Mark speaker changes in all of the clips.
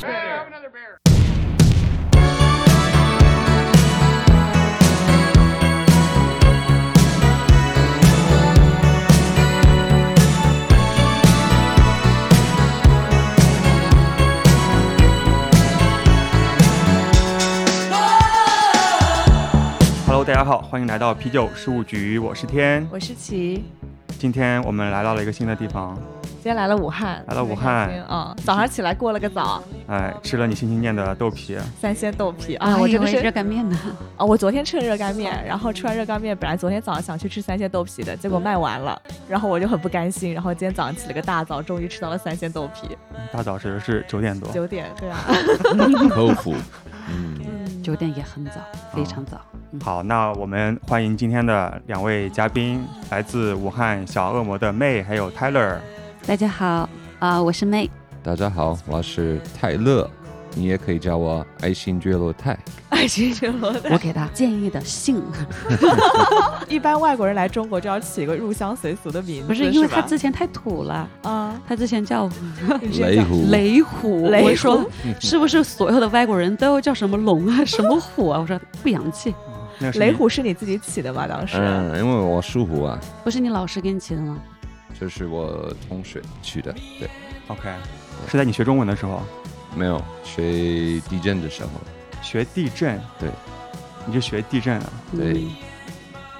Speaker 1: Brother Bear.
Speaker 2: Hello，大家好，欢迎来到啤酒事务局，我是天。
Speaker 3: 我是琪，
Speaker 2: 今天我们来到了一个新的地方，
Speaker 3: 今天来了武汉，
Speaker 2: 来了武
Speaker 3: 特别开
Speaker 2: 汉
Speaker 3: 心嗯，早上起来过了个早，
Speaker 2: 哎，吃了你心心念的豆皮，
Speaker 3: 三鲜豆皮
Speaker 4: 啊，
Speaker 3: 啊，我
Speaker 4: 以
Speaker 3: 真的
Speaker 4: 为
Speaker 3: 是
Speaker 4: 热干面呢。
Speaker 3: 啊，我昨天吃了热干面，然后吃完热干面，本来昨天早上想去吃三鲜豆皮的，结果卖完了，然后我就很不甘心，然后今天早上起了个大早，终于吃到了三鲜豆皮，
Speaker 2: 大早时是九点多。
Speaker 3: 九点，对啊，
Speaker 5: 豆腐，嗯，
Speaker 4: 九点也很早，非常早。
Speaker 2: 好，那我们欢迎今天的两位嘉宾，来自武汉小恶魔的 May 还有 Tyler。
Speaker 4: 大家好啊、我是 May。
Speaker 5: 大家好，我是泰勒，你也可以叫我爱新觉罗泰。
Speaker 3: 爱情巡逻的。
Speaker 4: 我给他 建议的姓
Speaker 3: 一般外国人来中国就要起一个入乡随俗的名字，
Speaker 4: 不是因为他
Speaker 3: 吧
Speaker 4: 之前太土了，
Speaker 3: 啊，
Speaker 4: 他之前叫
Speaker 3: 你直接
Speaker 5: 雷
Speaker 3: 讲
Speaker 5: 虎，
Speaker 4: 雷虎。
Speaker 3: 雷虎
Speaker 4: 我说是不是所有的外国人都叫什么龙啊、什么虎啊？我说不洋气，
Speaker 2: 哦那个是你
Speaker 3: 雷，虎是你自己起的吗？当时
Speaker 5: 嗯，因为我属虎啊，
Speaker 4: 不是你老师给你起的吗？
Speaker 5: 这是我同学取的，对，
Speaker 2: OK，是在你学中文的时候
Speaker 5: 没有学地震的时候，
Speaker 2: 学地震，
Speaker 5: 对，
Speaker 2: 你就学地震啊。
Speaker 5: 对
Speaker 4: 嗯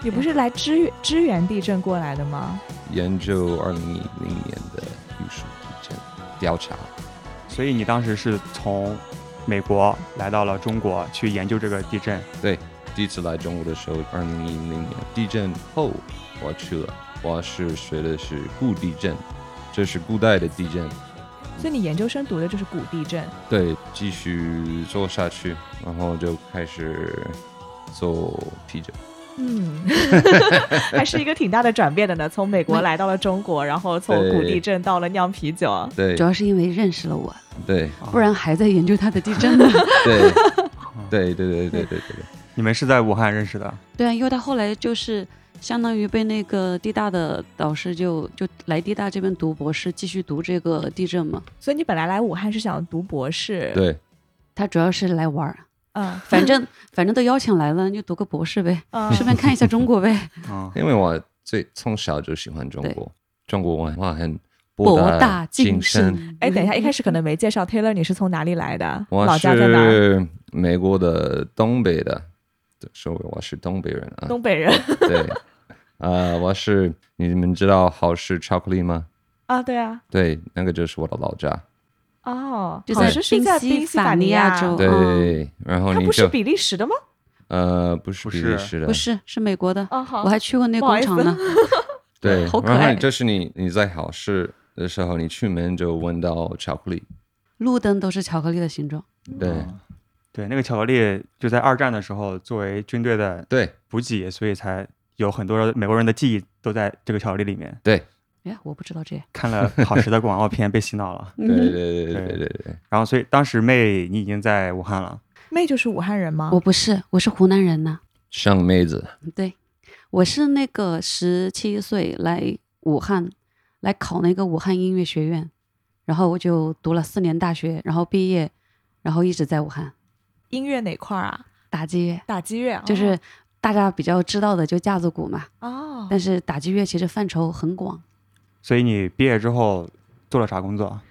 Speaker 3: 你不是来支援支援地震过来的吗？
Speaker 5: 研究二零一零年的玉树地震调查，
Speaker 2: 所以你当时是从美国来到了中国去研究这个地震。
Speaker 5: 第一次来中国的时候，二零一零年地震后，我去了，我是学的是古地震，这是古代的地震，
Speaker 3: 所以你研究生读的就是古地震，
Speaker 5: 对，继续做下去，然后就开始做啤酒。
Speaker 3: 嗯， 还是一个挺大的转变的 呢。从美国来到了中国，然后从古地震到了酿啤酒，
Speaker 5: 对哦
Speaker 4: 主要是因为认识了我，
Speaker 5: 对
Speaker 2: 啊
Speaker 4: 不然还在研究他的地震呢。
Speaker 5: 对对对对对对对对，
Speaker 2: 你们是在武汉认识的？
Speaker 4: 对啊，因为他后来就是相当于被那个地大的导师就就来地大这边读博士，继续读这个地震嘛。
Speaker 3: 所以你本来来武汉是想读博士，，
Speaker 5: 对
Speaker 4: 他主要是来玩儿，
Speaker 3: 嗯
Speaker 4: 反正反正都邀请来了，就读个博士呗，
Speaker 3: 嗯，
Speaker 4: 顺便看一下中国呗，
Speaker 2: 嗯，
Speaker 5: 因为我最从小就喜欢中国，中国文化很
Speaker 4: 博
Speaker 5: 大
Speaker 4: 大
Speaker 5: 精
Speaker 4: 精
Speaker 5: 深。
Speaker 4: 深。
Speaker 3: 哎，等一下，一开始可能没介绍 Taylor，你是从哪里来的？
Speaker 5: 我
Speaker 3: 老家在哪儿？
Speaker 5: 是美国的东北的，对说我是东北人 啊。
Speaker 3: 东北人
Speaker 5: 对，呃，我是你们知道好事巧克力吗？
Speaker 3: 啊，对啊，
Speaker 5: 对，那个就是我的老家。
Speaker 3: 哦，
Speaker 4: 就
Speaker 3: 好
Speaker 4: 在
Speaker 3: 像是在宾
Speaker 4: 宾
Speaker 3: 夕
Speaker 4: 夕
Speaker 3: 法
Speaker 4: 法
Speaker 3: 尼
Speaker 4: 尼亚州
Speaker 5: 对，
Speaker 4: 哦
Speaker 5: 然后
Speaker 3: 它
Speaker 5: 你
Speaker 3: 不是
Speaker 5: 就
Speaker 3: 比利时的吗？
Speaker 5: 呃不是
Speaker 2: 不
Speaker 5: 比
Speaker 2: 是
Speaker 5: 利时的，
Speaker 4: 不是，是美国的，
Speaker 3: 哦，好，
Speaker 4: 我还去过那工厂呢。
Speaker 5: 对，
Speaker 4: 好可
Speaker 5: 然后
Speaker 4: 爱
Speaker 5: 就是你你在考试的时候，你出门就闻到巧克力，
Speaker 4: 路灯都是巧克力的形状，
Speaker 5: 对、
Speaker 4: 哦
Speaker 2: 嗯对，那个巧克力就在二战的时候作为军队的
Speaker 5: 对
Speaker 2: 补给，所以才有很多美国人的记忆都在这个巧克力里面。
Speaker 5: 对
Speaker 4: 哎，我不知道这。
Speaker 2: 看了好时的广告片被洗脑了，
Speaker 5: 对对
Speaker 4: 嗯
Speaker 5: 对对对对对，
Speaker 2: 然后所以当时妹你已经在武汉了，
Speaker 3: 妹就是武汉人吗？
Speaker 4: 我不是，我是湖南人呐、
Speaker 5: 像妹子，
Speaker 4: 对，我是那个十七岁来武汉，来考那个武汉音乐学院，然后我就读了四年大学，然后毕业，然后一直在武汉
Speaker 3: 音乐哪块儿啊？
Speaker 4: 打击乐，
Speaker 3: 打击乐，啊
Speaker 4: 就是大家比较知道的就架子鼓嘛，
Speaker 3: 哦，
Speaker 4: 但是打击乐其实范畴很广。
Speaker 2: 所以你毕业之后做了啥工作？啊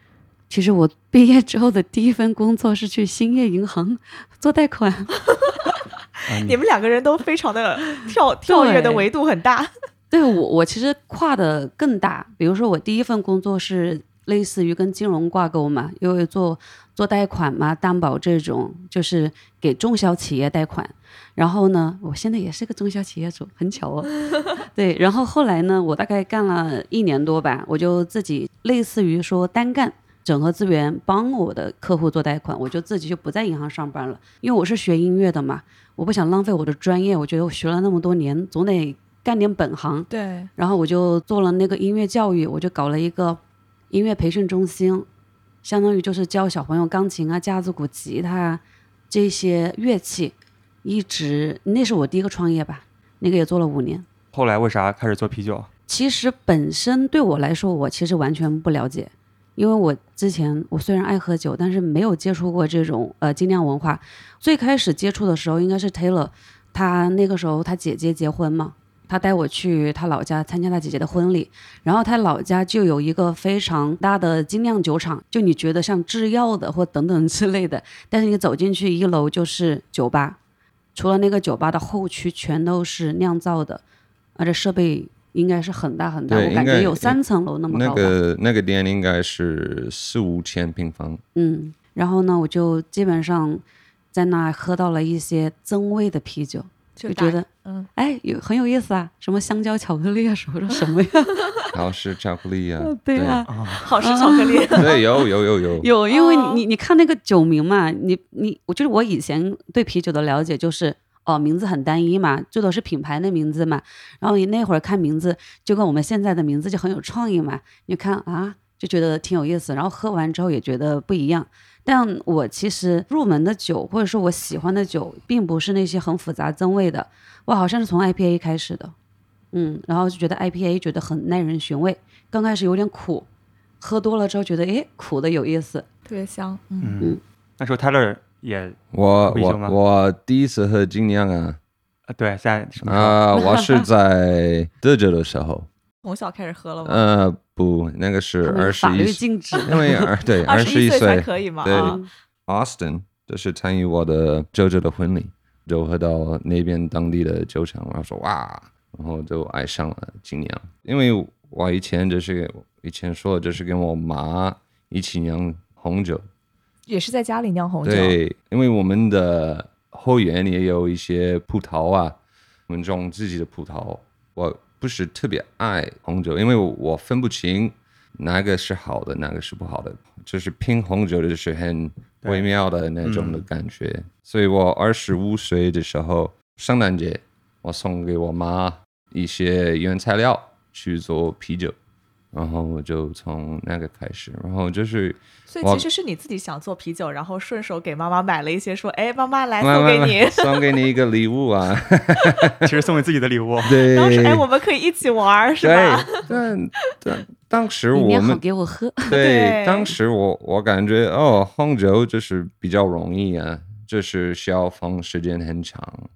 Speaker 4: 其实我毕业之后的第一份工作是去兴业银行做贷款，
Speaker 2: 啊
Speaker 3: 你们两个人都非常的 跳跳跃的维度很大，
Speaker 4: 对我我其实跨的更大，比如说我第一份工作是类似于跟金融挂钩嘛，因为做做贷款嘛、担保这种，就是给中小企业贷款。然后呢，我现在也是个中小企业主，很巧哦。对，然后后来呢，我大概干了一年多吧，我就自己类似于说单干。整合资源帮我的客户做贷款，我就自己就不在银行上班了，因为我是学音乐的嘛，我不想浪费我的专业，我觉得我学了那么多年，总得干点本行，
Speaker 3: 对，
Speaker 4: 然后我就做了那个音乐教育，我就搞了一个音乐培训中心，相当于就是教小朋友钢琴啊、架子鼓、吉他啊这些乐器。一直那是我第一个创业吧，那个也做了五年。
Speaker 2: 后来为啥开始做啤酒？
Speaker 4: 其实本身对我来说，我其实完全不了解，因为我之前我虽然爱喝酒，但是没有接触过这种呃精酿文化。最开始接触的时候应该是 Taylor，他那个时候他姐姐结婚嘛，他带我去他老家参加他姐姐的婚礼，然后他老家就有一个非常大的精酿酒厂，就你觉得像制药的或等 等之类的，但是你走进去一楼就是酒吧，除了那个酒吧的后区全都是酿造的，而且设备应该是很大很大，
Speaker 5: 对
Speaker 4: 我感
Speaker 5: 应该
Speaker 4: 觉有三层楼那么
Speaker 5: 那
Speaker 4: 高吧。啊
Speaker 5: 个那个店应该是四五千平方，
Speaker 4: 嗯，然后呢，我就基本上在那喝到了一些增味的啤酒，
Speaker 3: 就
Speaker 4: 就
Speaker 3: 打
Speaker 4: 觉得
Speaker 3: 嗯，
Speaker 4: 哎有很有意思啊，什么香蕉巧克力啊，什么什么什么呀，，
Speaker 5: 好是巧克力啊
Speaker 4: 对啊，
Speaker 3: 好吃巧 克力，
Speaker 5: 对，有有有 有，
Speaker 4: 有，因为你
Speaker 3: 哦
Speaker 4: 你你看那个酒名嘛，你你，我就是我以前对啤酒的了解就是，哦，名字很单一嘛，最多是品牌的名字嘛。然后你那会儿看名字，就跟我们现在的名字就很有创意嘛。你看啊，就觉得挺有意思，然后喝完之后也觉得不一样。但我其实入门的酒，或者说我喜欢的酒，并不是那些很复杂增味的，我好像是从 IPA 开始的，嗯，然后就觉得 IPA 觉得很耐人寻味，刚开始有点苦，喝多了之后觉得诶苦的有意思，
Speaker 3: 特别香。嗯，
Speaker 2: 嗯
Speaker 4: 嗯，
Speaker 2: 那时候 Tyler 也
Speaker 5: 我
Speaker 2: 啤酒吗
Speaker 5: 我我第一次喝精酿啊
Speaker 2: 呃对，在什么
Speaker 4: 嗯
Speaker 2: 时候？
Speaker 5: 啊，我是在德州的时候，
Speaker 3: 从小开始喝了吗？
Speaker 5: 呃，不，那个是
Speaker 4: 他
Speaker 5: 二
Speaker 4: 们
Speaker 5: 十
Speaker 4: 法律
Speaker 5: 一岁，
Speaker 4: 禁 止。
Speaker 5: 因为二 对二十
Speaker 3: 一
Speaker 5: 一
Speaker 3: 岁才
Speaker 5: 岁
Speaker 3: 可以嘛？
Speaker 5: 对
Speaker 3: 啊，
Speaker 5: ，Austin 就是参与我的舅舅的婚礼，就喝到那边当地的酒厂，然后说哇，然后就爱上了精酿，因为我以前就是以前说就是跟我妈一起酿红酒，
Speaker 3: 也是在家里酿红酒。
Speaker 5: 对，因为我们的后园也有一些葡萄啊，我们种自己的葡萄。我不是特别爱红酒，因为我我分不清哪个是好的，哪个是不好的。就是拼红酒的就是很
Speaker 2: 对
Speaker 5: 微妙的那种的
Speaker 2: 嗯
Speaker 5: 感觉。所以我二十五岁的时候，圣诞节我送给我妈一些原材料去做啤酒。然后我就从那个开始，然后就是
Speaker 3: 所以
Speaker 5: 我
Speaker 3: 其实是你自己想做啤酒，然后顺手给妈妈买了一些，说：“哎，妈妈来
Speaker 5: 慢
Speaker 3: 送给
Speaker 5: 慢
Speaker 3: 你。
Speaker 5: 来送给你一个礼物啊，
Speaker 2: 其实送给自己的礼物，
Speaker 5: 对，
Speaker 3: 然后说：“哎，我们可以一起玩儿，是
Speaker 5: 对
Speaker 3: 吧？”，
Speaker 5: 但但当时
Speaker 4: 里
Speaker 5: 我
Speaker 4: 面好
Speaker 5: 们
Speaker 4: 给我喝，
Speaker 5: 对
Speaker 3: 对
Speaker 5: 当时我我感觉哦，红酒就是比较容易啊，就是需要放时间很长，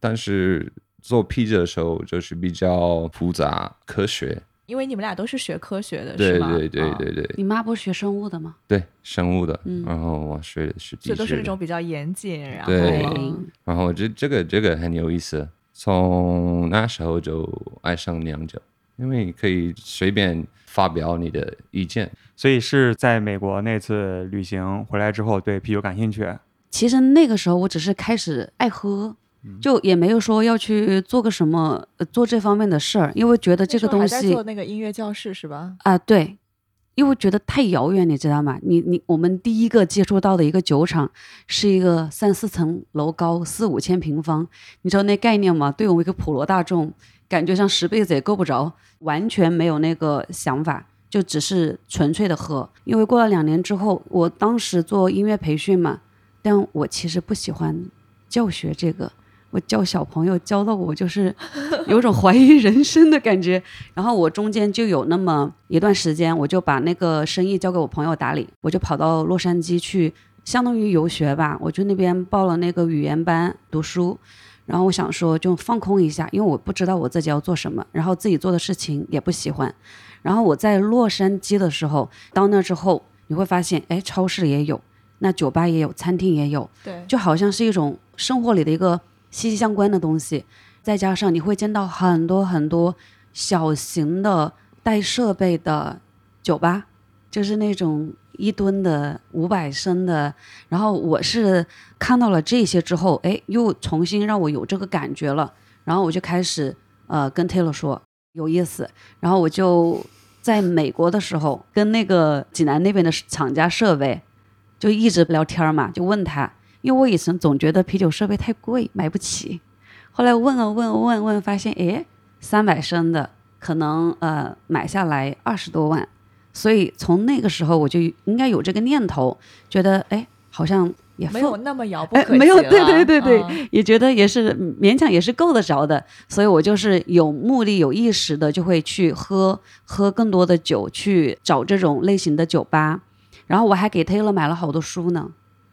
Speaker 5: 但是做啤酒的时候就是比较复杂科学，
Speaker 3: 因为你们俩都是学科学的，
Speaker 5: 对
Speaker 3: 是吗？
Speaker 5: 对对
Speaker 3: 啊
Speaker 5: 对对
Speaker 4: 你妈不是学生物的吗？
Speaker 5: 对生物的，
Speaker 4: 嗯
Speaker 5: 然后我学的是地
Speaker 3: 所以都是
Speaker 5: 质
Speaker 3: 那
Speaker 5: 的
Speaker 3: 种比较严谨，然后
Speaker 5: 对
Speaker 4: 嗯
Speaker 5: 然后这这个这个很有意思，从那时候就爱上酿酒，因为可以随便发表你的意见，
Speaker 2: 所以是在美国那次旅行回来之后对啤酒感兴趣。
Speaker 4: 其实那个时候我只是开始爱喝，
Speaker 5: 嗯
Speaker 4: 就也没有说要去做个什么、呃、做这方面的事儿，因为觉得这个东
Speaker 3: 那时候还在
Speaker 4: 西
Speaker 3: 做那个音乐教室是吧？
Speaker 4: 啊、对，因为觉得太遥远，你知道吗？你你我们第一个接触到的一个酒厂是一个三四层楼高，四五千平方，你知道那概念吗？对我们一个普罗大众，感觉像十辈子也够不着，完全没有那个想法。就只是纯粹的喝，因为过了两年之后，我当时做音乐培训嘛，但我其实不喜欢教学这个，我教小朋友教到我就是有种怀疑人生的感觉。然后我中间就有那么一段时间，我就把那个生意交给我朋友打理，我就跑到洛杉矶去，相当于游学吧。我去那边报了那个语言班读书，然后我想说就放空一下，因为我不知道我自己要做什么，然后自己做的事情也不喜欢。然后我在洛杉矶的时候，到那之后你会发现，哎，超市也有，那酒吧也有，餐厅也有，
Speaker 3: 对，
Speaker 4: 就好像是一种生活里的一个息息相关的东西。再加上你会见到很多很多小型的带设备的酒吧，就是那种一吨的、五百升的。然后我是看到了这些之后，哎，又重新让我有这个感觉了。然后我就开始呃跟 Taylor 说有意思，然后我就在美国的时候跟那个济南那边的厂家设备就一直聊天嘛，就问他，因为我以前总觉得啤酒设备太贵，买不起。后来问啊问啊问啊问，发现诶，三百升的可能呃买下来二十多万，所以从那个时候我就应该有这个念头，觉得诶，好像也
Speaker 3: 没
Speaker 4: 付
Speaker 3: 有那么遥不
Speaker 4: 哎
Speaker 3: 可及了。
Speaker 4: 没有对对对对
Speaker 3: 嗯
Speaker 4: 也觉得也是嗯勉强也是够得着的，所以我就是有目的、有意识的就会去喝喝更多的酒，去找这种类型的酒吧。然后我还给 Taylor 买了好多书呢，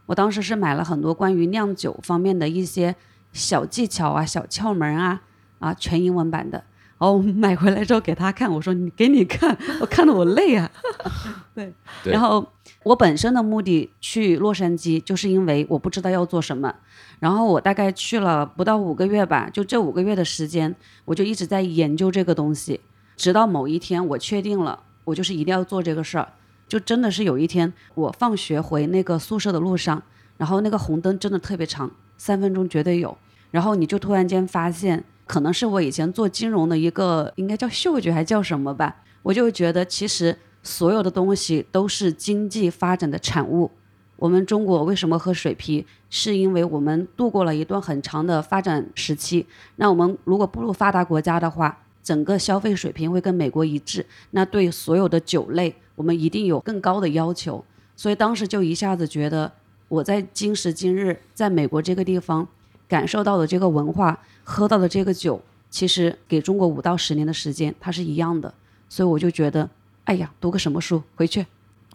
Speaker 4: 我当时是买了很多关于酿酒方面的一些小技巧啊、小窍门啊啊，全英文版的。然后我买回来之后给他看，我说你给你看，我看得我累啊。
Speaker 5: 对
Speaker 4: 然后我本身的目的去洛杉矶，就是因为我不知道要做什么。然后我大概去了不到五个月吧，就这五个月的时间，我就一直在研究这个东西，直到某一天我确定了，我就是一定要做这个事儿。就真的是有一天，我放学回那个宿舍的路上，然后那个红灯真的特别长，三分钟绝对有。然后你就突然间发现，可能是我以前做金融的一个应该叫嗅觉还叫什么吧，我就觉得其实所有的东西都是经济发展的产物。我们中国为什么喝水啤？是因为我们度过了一段很长的发展时期。那我们如果步入发达国家的话，整个消费水平会跟美国一致。那对所有的酒类，我们一定有更高的要求。所以当时就一下子觉得，我在今时今日在美国这个地方感受到的这个文化，喝到的这个酒，其实给中国五到十年的时间，它是一样的。所以我就觉得，哎呀，读个什么书回去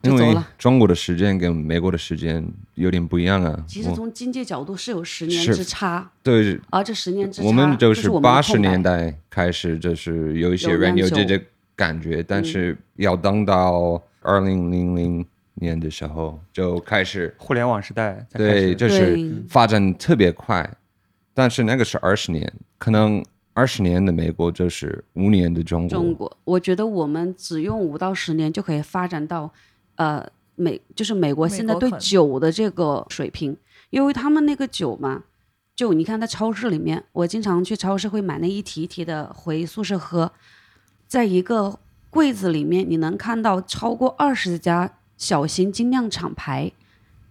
Speaker 5: 因
Speaker 4: 就走
Speaker 5: 为
Speaker 4: 了。
Speaker 5: 中国的时间跟美国的时间有点不一样啊。
Speaker 4: 其实
Speaker 5: 我
Speaker 4: 从经济角度是有十年
Speaker 5: 是
Speaker 4: 之差，
Speaker 5: 对，
Speaker 4: 而这十年之差
Speaker 5: 我们
Speaker 4: 就是我们的
Speaker 5: 八十
Speaker 4: 空白
Speaker 5: 年代开始，就是有一些
Speaker 4: 有嗯
Speaker 5: 人
Speaker 4: 酿
Speaker 5: 有这
Speaker 4: 酒
Speaker 5: 些感觉，但是要等到二零零零年的时候就开始，
Speaker 2: 互联网时代才开
Speaker 5: 对，
Speaker 2: 始，
Speaker 5: 就是
Speaker 4: 对
Speaker 5: 发展特别快。但是那个是二十年，可能二十年的美国就是五年的中国。
Speaker 4: 中国，我觉得我们只用五到十年就可以发展到，呃，美就是美国
Speaker 3: 美
Speaker 4: 现在
Speaker 3: 国
Speaker 4: 对
Speaker 3: 可
Speaker 4: 酒的这个水平，因为他们那个酒嘛，就你看在超市里面，我经常去超市会买那一提一提的回宿舍喝，在一个柜子里面你能看到超过二十家小型精酿厂牌。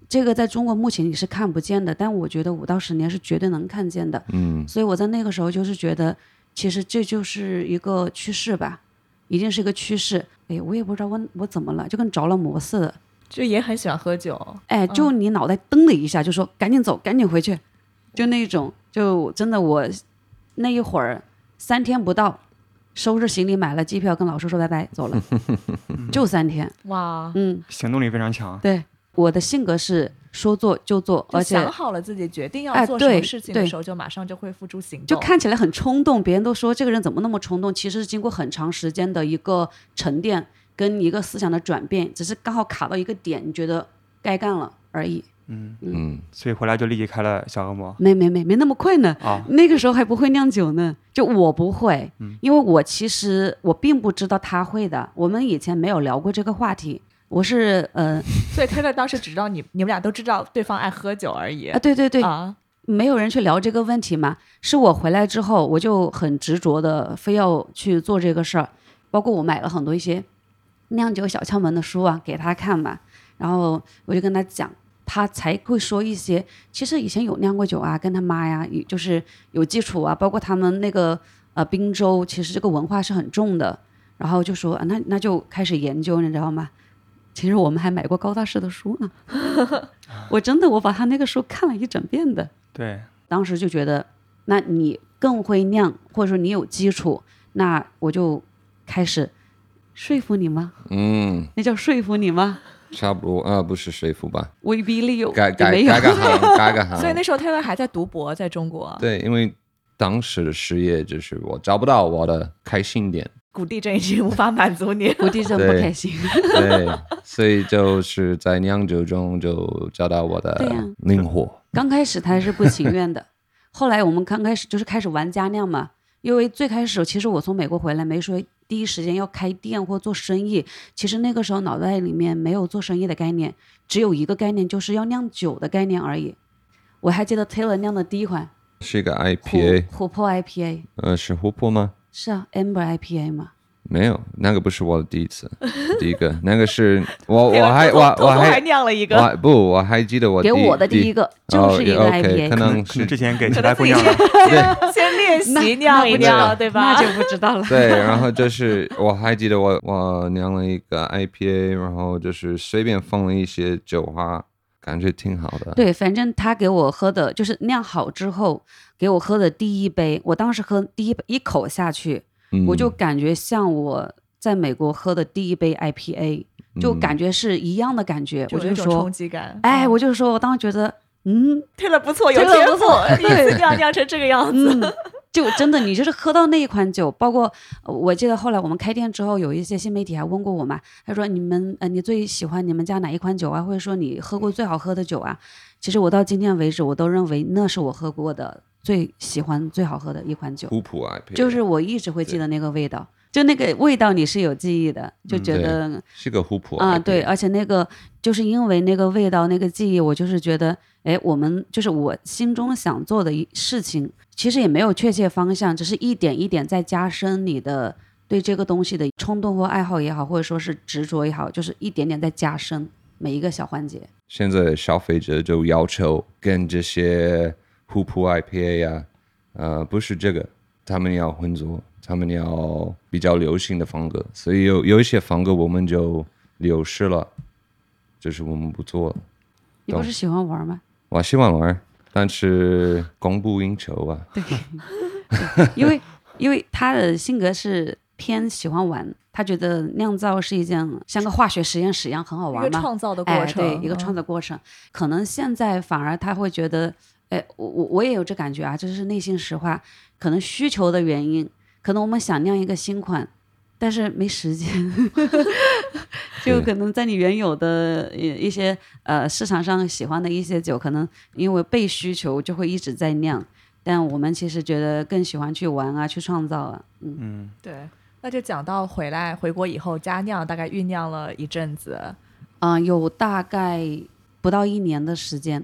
Speaker 4: 这个在中国目前你是看不见的，但我觉得五到十年是绝对能看见的。
Speaker 5: 嗯，
Speaker 4: 所以我在那个时候就是觉得，其实这就是一个趋势吧，一定是一个趋势。哎，我也不知道我我怎么了，就跟着了魔似的。
Speaker 3: 就也很喜欢喝酒，
Speaker 4: 哎，就
Speaker 3: 嗯
Speaker 4: 你脑袋噔的一下，就说赶紧走，赶紧回去，就那种，就真的我那一会儿三天不到，收拾行李买了机票，跟老师说拜拜 走了，就三天。
Speaker 3: 哇，
Speaker 4: 嗯，
Speaker 2: 行动力非常强。
Speaker 4: 对，我的性格是说做就做，
Speaker 3: 就
Speaker 4: 而且
Speaker 3: 想好了自己决定要
Speaker 4: 哎
Speaker 3: 做什么
Speaker 4: 对
Speaker 3: 事情的
Speaker 4: 对
Speaker 3: 时候，就马上就会付诸行动。
Speaker 4: 就看起来很冲动，别人都说这个人怎么那么冲动，其实是经过很长时间的一个沉淀跟一个思想的转变，只是刚好卡到一个点，你觉得该干了而已。
Speaker 5: 嗯，
Speaker 2: 所以回来就立即开了小恶魔
Speaker 4: 没没没没那么快呢，
Speaker 2: 啊，
Speaker 4: 那个时候还不会酿酒呢，就我不会，因为我其实我并不知道他会的，我们以前没有聊过这个话题。我是呃
Speaker 3: 所以 Taylor 当时只知道你你们俩都知道对方爱喝酒而已。
Speaker 4: 啊对对对，
Speaker 3: 啊，
Speaker 4: 没有人去聊这个问题嘛。是我回来之后，我就很执着的非要去做这个事儿，包括我买了很多一些酿酒小窍门的书啊，给他看嘛。然后我就跟他讲，他才会说一些，其实以前有酿过酒啊，跟他妈呀，也就是有基础啊，包括他们那个呃滨州，其实这个文化是很重的。然后就说啊，那那就开始研究，你知道吗？其实我们还买过高大师的书呢， 我真的我把他那个书看了一整遍的。
Speaker 2: 对，
Speaker 4: 当时就觉得，那你更会酿，或者说你有基础，那我就开始说服你吗？
Speaker 5: 嗯，
Speaker 4: 那叫说服你吗？
Speaker 5: 差不多啊，不是说服吧？
Speaker 4: 威逼利诱
Speaker 5: 改
Speaker 4: 也
Speaker 5: 改
Speaker 4: 没有。
Speaker 5: 改，个行，改个行。
Speaker 3: 所以那时候 Taylor 还在读博，在中国
Speaker 5: 啊对，因为当时的失业就是我找不到我的开心点，
Speaker 3: 谷地震已经无法满足你
Speaker 4: 我地震 不
Speaker 5: 对
Speaker 4: 开心。
Speaker 5: 对，所以就是在酿酒中就找到我
Speaker 4: 对
Speaker 5: 的
Speaker 4: 呀
Speaker 5: 灵火。
Speaker 4: 刚开始他是不情愿的， 后来我们刚开始就是开始玩家酿嘛，因为最开始其实我从美国回来没说第一时间要开店或做生意，其实那个时候脑袋里面没有做生意的概念，只有一个概念就是要酿酒的概念而已。我还记得 Taylor 酿的第一款
Speaker 5: 是一个
Speaker 4: 琥
Speaker 5: IPA，
Speaker 4: 琥珀 IPA，
Speaker 5: 呃，是琥珀吗？
Speaker 4: 是啊，amber IPA 嘛，
Speaker 5: 没有，那个不是我的第一次，第一个，那个是 我
Speaker 3: Taylor
Speaker 5: 我还
Speaker 3: 偷
Speaker 5: 我
Speaker 3: 偷偷
Speaker 5: 我
Speaker 3: 偷还
Speaker 5: 还
Speaker 3: 酿了一
Speaker 5: 我
Speaker 3: 个，
Speaker 5: 还不我还记得我
Speaker 4: 给我的第
Speaker 5: 哦第
Speaker 4: 一个就是一个
Speaker 5: 哦，OK，可
Speaker 4: IPA，
Speaker 2: 可能
Speaker 5: 能
Speaker 2: 可
Speaker 5: 是
Speaker 2: 能之前给
Speaker 3: 可
Speaker 2: 其
Speaker 3: 能
Speaker 2: 他
Speaker 3: 自
Speaker 2: 姑
Speaker 3: 己
Speaker 2: 娘了，
Speaker 3: 先 先练习酿一酿，对吧？
Speaker 4: 那就不知道 了。
Speaker 5: 对，然后就是我 还记得我我酿了一个 IPA，然后就是随便放了一些酒花，感觉挺好的。，
Speaker 4: 对，反正他给我喝的就是酿好之后给我喝的第一杯，我当时喝第一一口下去，
Speaker 5: 嗯
Speaker 4: 我就感觉像我在美国喝的第一杯 IPA，就
Speaker 5: 嗯
Speaker 4: 感觉是一样的感觉。我
Speaker 3: 有一
Speaker 4: 就
Speaker 3: 种
Speaker 4: 说
Speaker 3: 冲，击嗯感。
Speaker 4: 哎，我就说我当时觉得，嗯
Speaker 3: 推了不错，有
Speaker 4: 推了
Speaker 3: 天
Speaker 4: 不
Speaker 3: 赋
Speaker 4: 错，
Speaker 3: 第一次酿酿成这个样子。
Speaker 4: 嗯，就真的你就是喝到那一款酒，包括呃我记得后来我们开店之后，有一些新媒体还问过我嘛，他说你们呃你最喜欢你们家哪一款酒啊，或者说你喝过最好喝的酒啊？其实我到今天为止，我都认为那是我喝过的最喜欢最好喝的一款酒。
Speaker 5: 普普 IPA，
Speaker 4: 就是我一直会记得那个味道，就那个味道你是有记忆的，就觉
Speaker 5: 对
Speaker 4: 得
Speaker 5: 是个普普
Speaker 4: 啊、
Speaker 5: IPA
Speaker 4: 对，而且那个就是因为那个味道、那个记忆，我就是觉得，哎，我们就是我心中想做的一事情，其实也没有确切方向，只是一点一点在加深你的对这个东西的冲动或爱好也好，或者说是执着也好，就是一点点在加深每一个小环节。
Speaker 5: 现在消费者就要求跟这些虎扑 IPA 呀、呃，不是这个，他们要混浊，他们要比较流行的风格，所以有有一些风格我们就流失了，就是我们不做了。
Speaker 4: 你不
Speaker 5: 懂
Speaker 4: 是喜欢玩 吗？
Speaker 5: 我希望玩，但是供不应求啊。
Speaker 4: 因为因为他的性格是偏喜欢玩，他觉得酿造是一件像个化学实验室一样很好
Speaker 3: 一
Speaker 4: 玩
Speaker 3: 个
Speaker 4: 嘛，
Speaker 3: 创造的
Speaker 4: 哎，
Speaker 3: 过程，嗯
Speaker 4: 对，一个创
Speaker 3: 造。
Speaker 4: 造过程。可能现在反而他会觉得，哎，我我我也有这感觉啊，这是内心实话。可能需求的原因，可能我们想酿一个新款，但是没时间， 就
Speaker 5: 对
Speaker 4: 可能在你原有的一一些呃市场上喜欢的一些酒，可能因为被需求就会一直在酿。但我们其实觉得更喜欢去玩啊，去创造啊，嗯，
Speaker 2: 嗯，
Speaker 3: 对，那就讲到回来回国以后加酿，大概酝酿了一阵子，
Speaker 4: 啊、有大概不到一年的时间。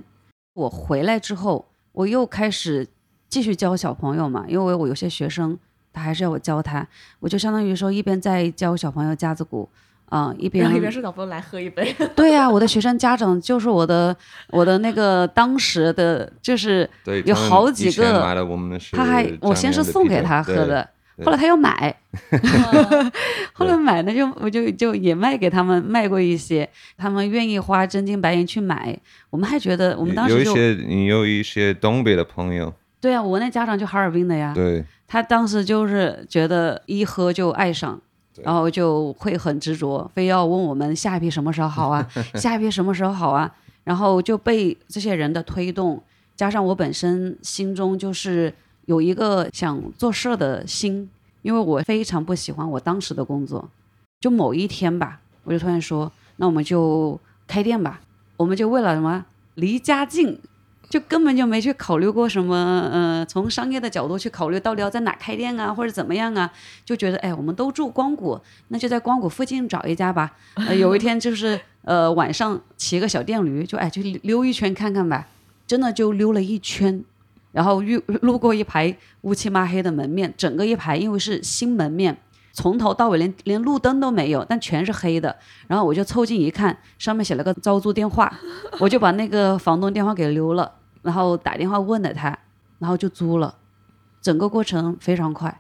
Speaker 4: 我回来之后，我又开始继续教小朋友嘛，因为我有些学生他还是要我教他，我就相当于说一边在教小朋友架子鼓，啊、一边
Speaker 3: 然后一边说小朋友来喝一 杯，
Speaker 4: 对呀、我的学生家长就是我的我的那个当时的就是
Speaker 5: 对，
Speaker 4: 有
Speaker 5: 他们
Speaker 4: 好几
Speaker 5: 以前
Speaker 4: 个
Speaker 5: 买的我们是
Speaker 4: 他还我先是送给他喝
Speaker 5: 对
Speaker 4: 的，
Speaker 5: 对
Speaker 4: 后来他又买，后来买呢就我就就也卖给他们卖过一些，他们愿意花真金白银去买，我们还觉得我们当
Speaker 5: 有
Speaker 4: 时
Speaker 5: 一
Speaker 4: 就
Speaker 5: 些你有一些东北的朋友，
Speaker 4: 对啊，我那家长就哈尔滨的呀，
Speaker 5: 对，
Speaker 4: 他当时就是觉得一喝就爱上。
Speaker 5: 对
Speaker 4: 然后就会很执着，非要问我们下一批什么时候好 啊，下一批什么时候好啊，然后就被这些人的推动，加上我本身心中就是有一个想做事儿的心，因为我非常不喜欢我当时的工作，就某一天吧，我就突然说，那我们就开店吧，我们就为了什么离家近，就根本就没去考虑过什么，呃，从商业的角度去考虑到底要在哪开店啊，或者怎么样啊，就觉得哎，我们都住光谷，那就在光谷附近找一家吧。呃，有一天就是呃晚上骑个小电驴，就哎去溜一圈看看吧，真的就溜了一圈。然后遇路过一排乌漆嘛黑的门面，整个一排因为是新门面，从头到尾连连路灯都没有，但全是黑的。然后我就凑近一看，上面写了个招租电话，我就把那个房东电话给留了，然后打电话问了他，然后就租了。整个过程非常快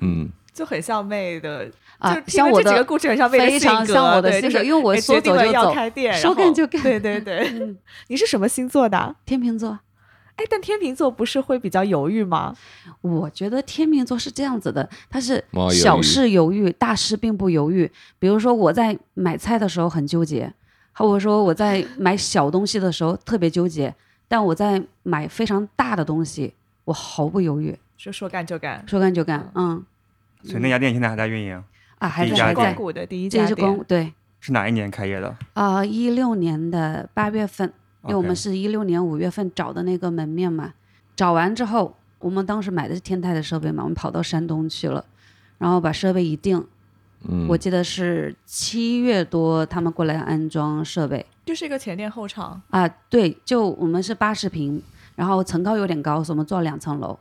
Speaker 5: 嗯，
Speaker 3: 就很像妹的，
Speaker 4: 啊
Speaker 3: 就是，听
Speaker 4: 像
Speaker 3: 了
Speaker 4: 我
Speaker 3: 这几个
Speaker 4: 的
Speaker 3: 故事很像妹的
Speaker 4: 非
Speaker 3: 性
Speaker 4: 常
Speaker 3: 格
Speaker 4: 像我的
Speaker 3: 对
Speaker 4: 性
Speaker 3: 就
Speaker 4: 格
Speaker 3: 是
Speaker 4: 因为我
Speaker 3: 哎
Speaker 4: 说
Speaker 3: 决定
Speaker 4: 走
Speaker 3: 了
Speaker 4: 就
Speaker 3: 要
Speaker 4: 走
Speaker 3: 开店，然
Speaker 4: 说干
Speaker 3: 后
Speaker 4: 就干
Speaker 3: 对对对，
Speaker 4: 嗯
Speaker 3: 你是什么星座的？
Speaker 4: 天秤座，
Speaker 3: 哎，但天秤座不是会比较犹豫吗？
Speaker 4: 我觉得天秤座是这样子的，他是
Speaker 5: 猫犹豫
Speaker 4: 小事犹豫，大事并不犹豫。比如说我在买菜的时候很纠结，或者说我在买小东西的时候特别纠结，但我在买非常大的东西，我毫不犹豫，
Speaker 3: 说说干就干，
Speaker 4: 说干就干。嗯，
Speaker 2: 所以那家店现在还在运营，
Speaker 4: 啊，还
Speaker 2: 第一
Speaker 4: 在
Speaker 2: 家店
Speaker 4: 还
Speaker 3: 光
Speaker 4: 在，
Speaker 3: 谷的第一
Speaker 4: 这
Speaker 3: 家
Speaker 4: 是
Speaker 3: 店
Speaker 4: 光，对
Speaker 2: 是哪一年开业的？
Speaker 4: 啊，一六年的八月份，因哎为我
Speaker 2: OK
Speaker 4: 们是一六年五月份找的那个门面嘛，找完之后，我们当时买的是天泰的设备嘛，我们跑到山东去了，然后把设备一定，
Speaker 5: 嗯，
Speaker 4: 我记得是七月多他们过来安装设备
Speaker 3: 就是一个前店后厂，
Speaker 4: 啊，对，就我们是八十平，然后层高有点高，所以我们做了两层楼。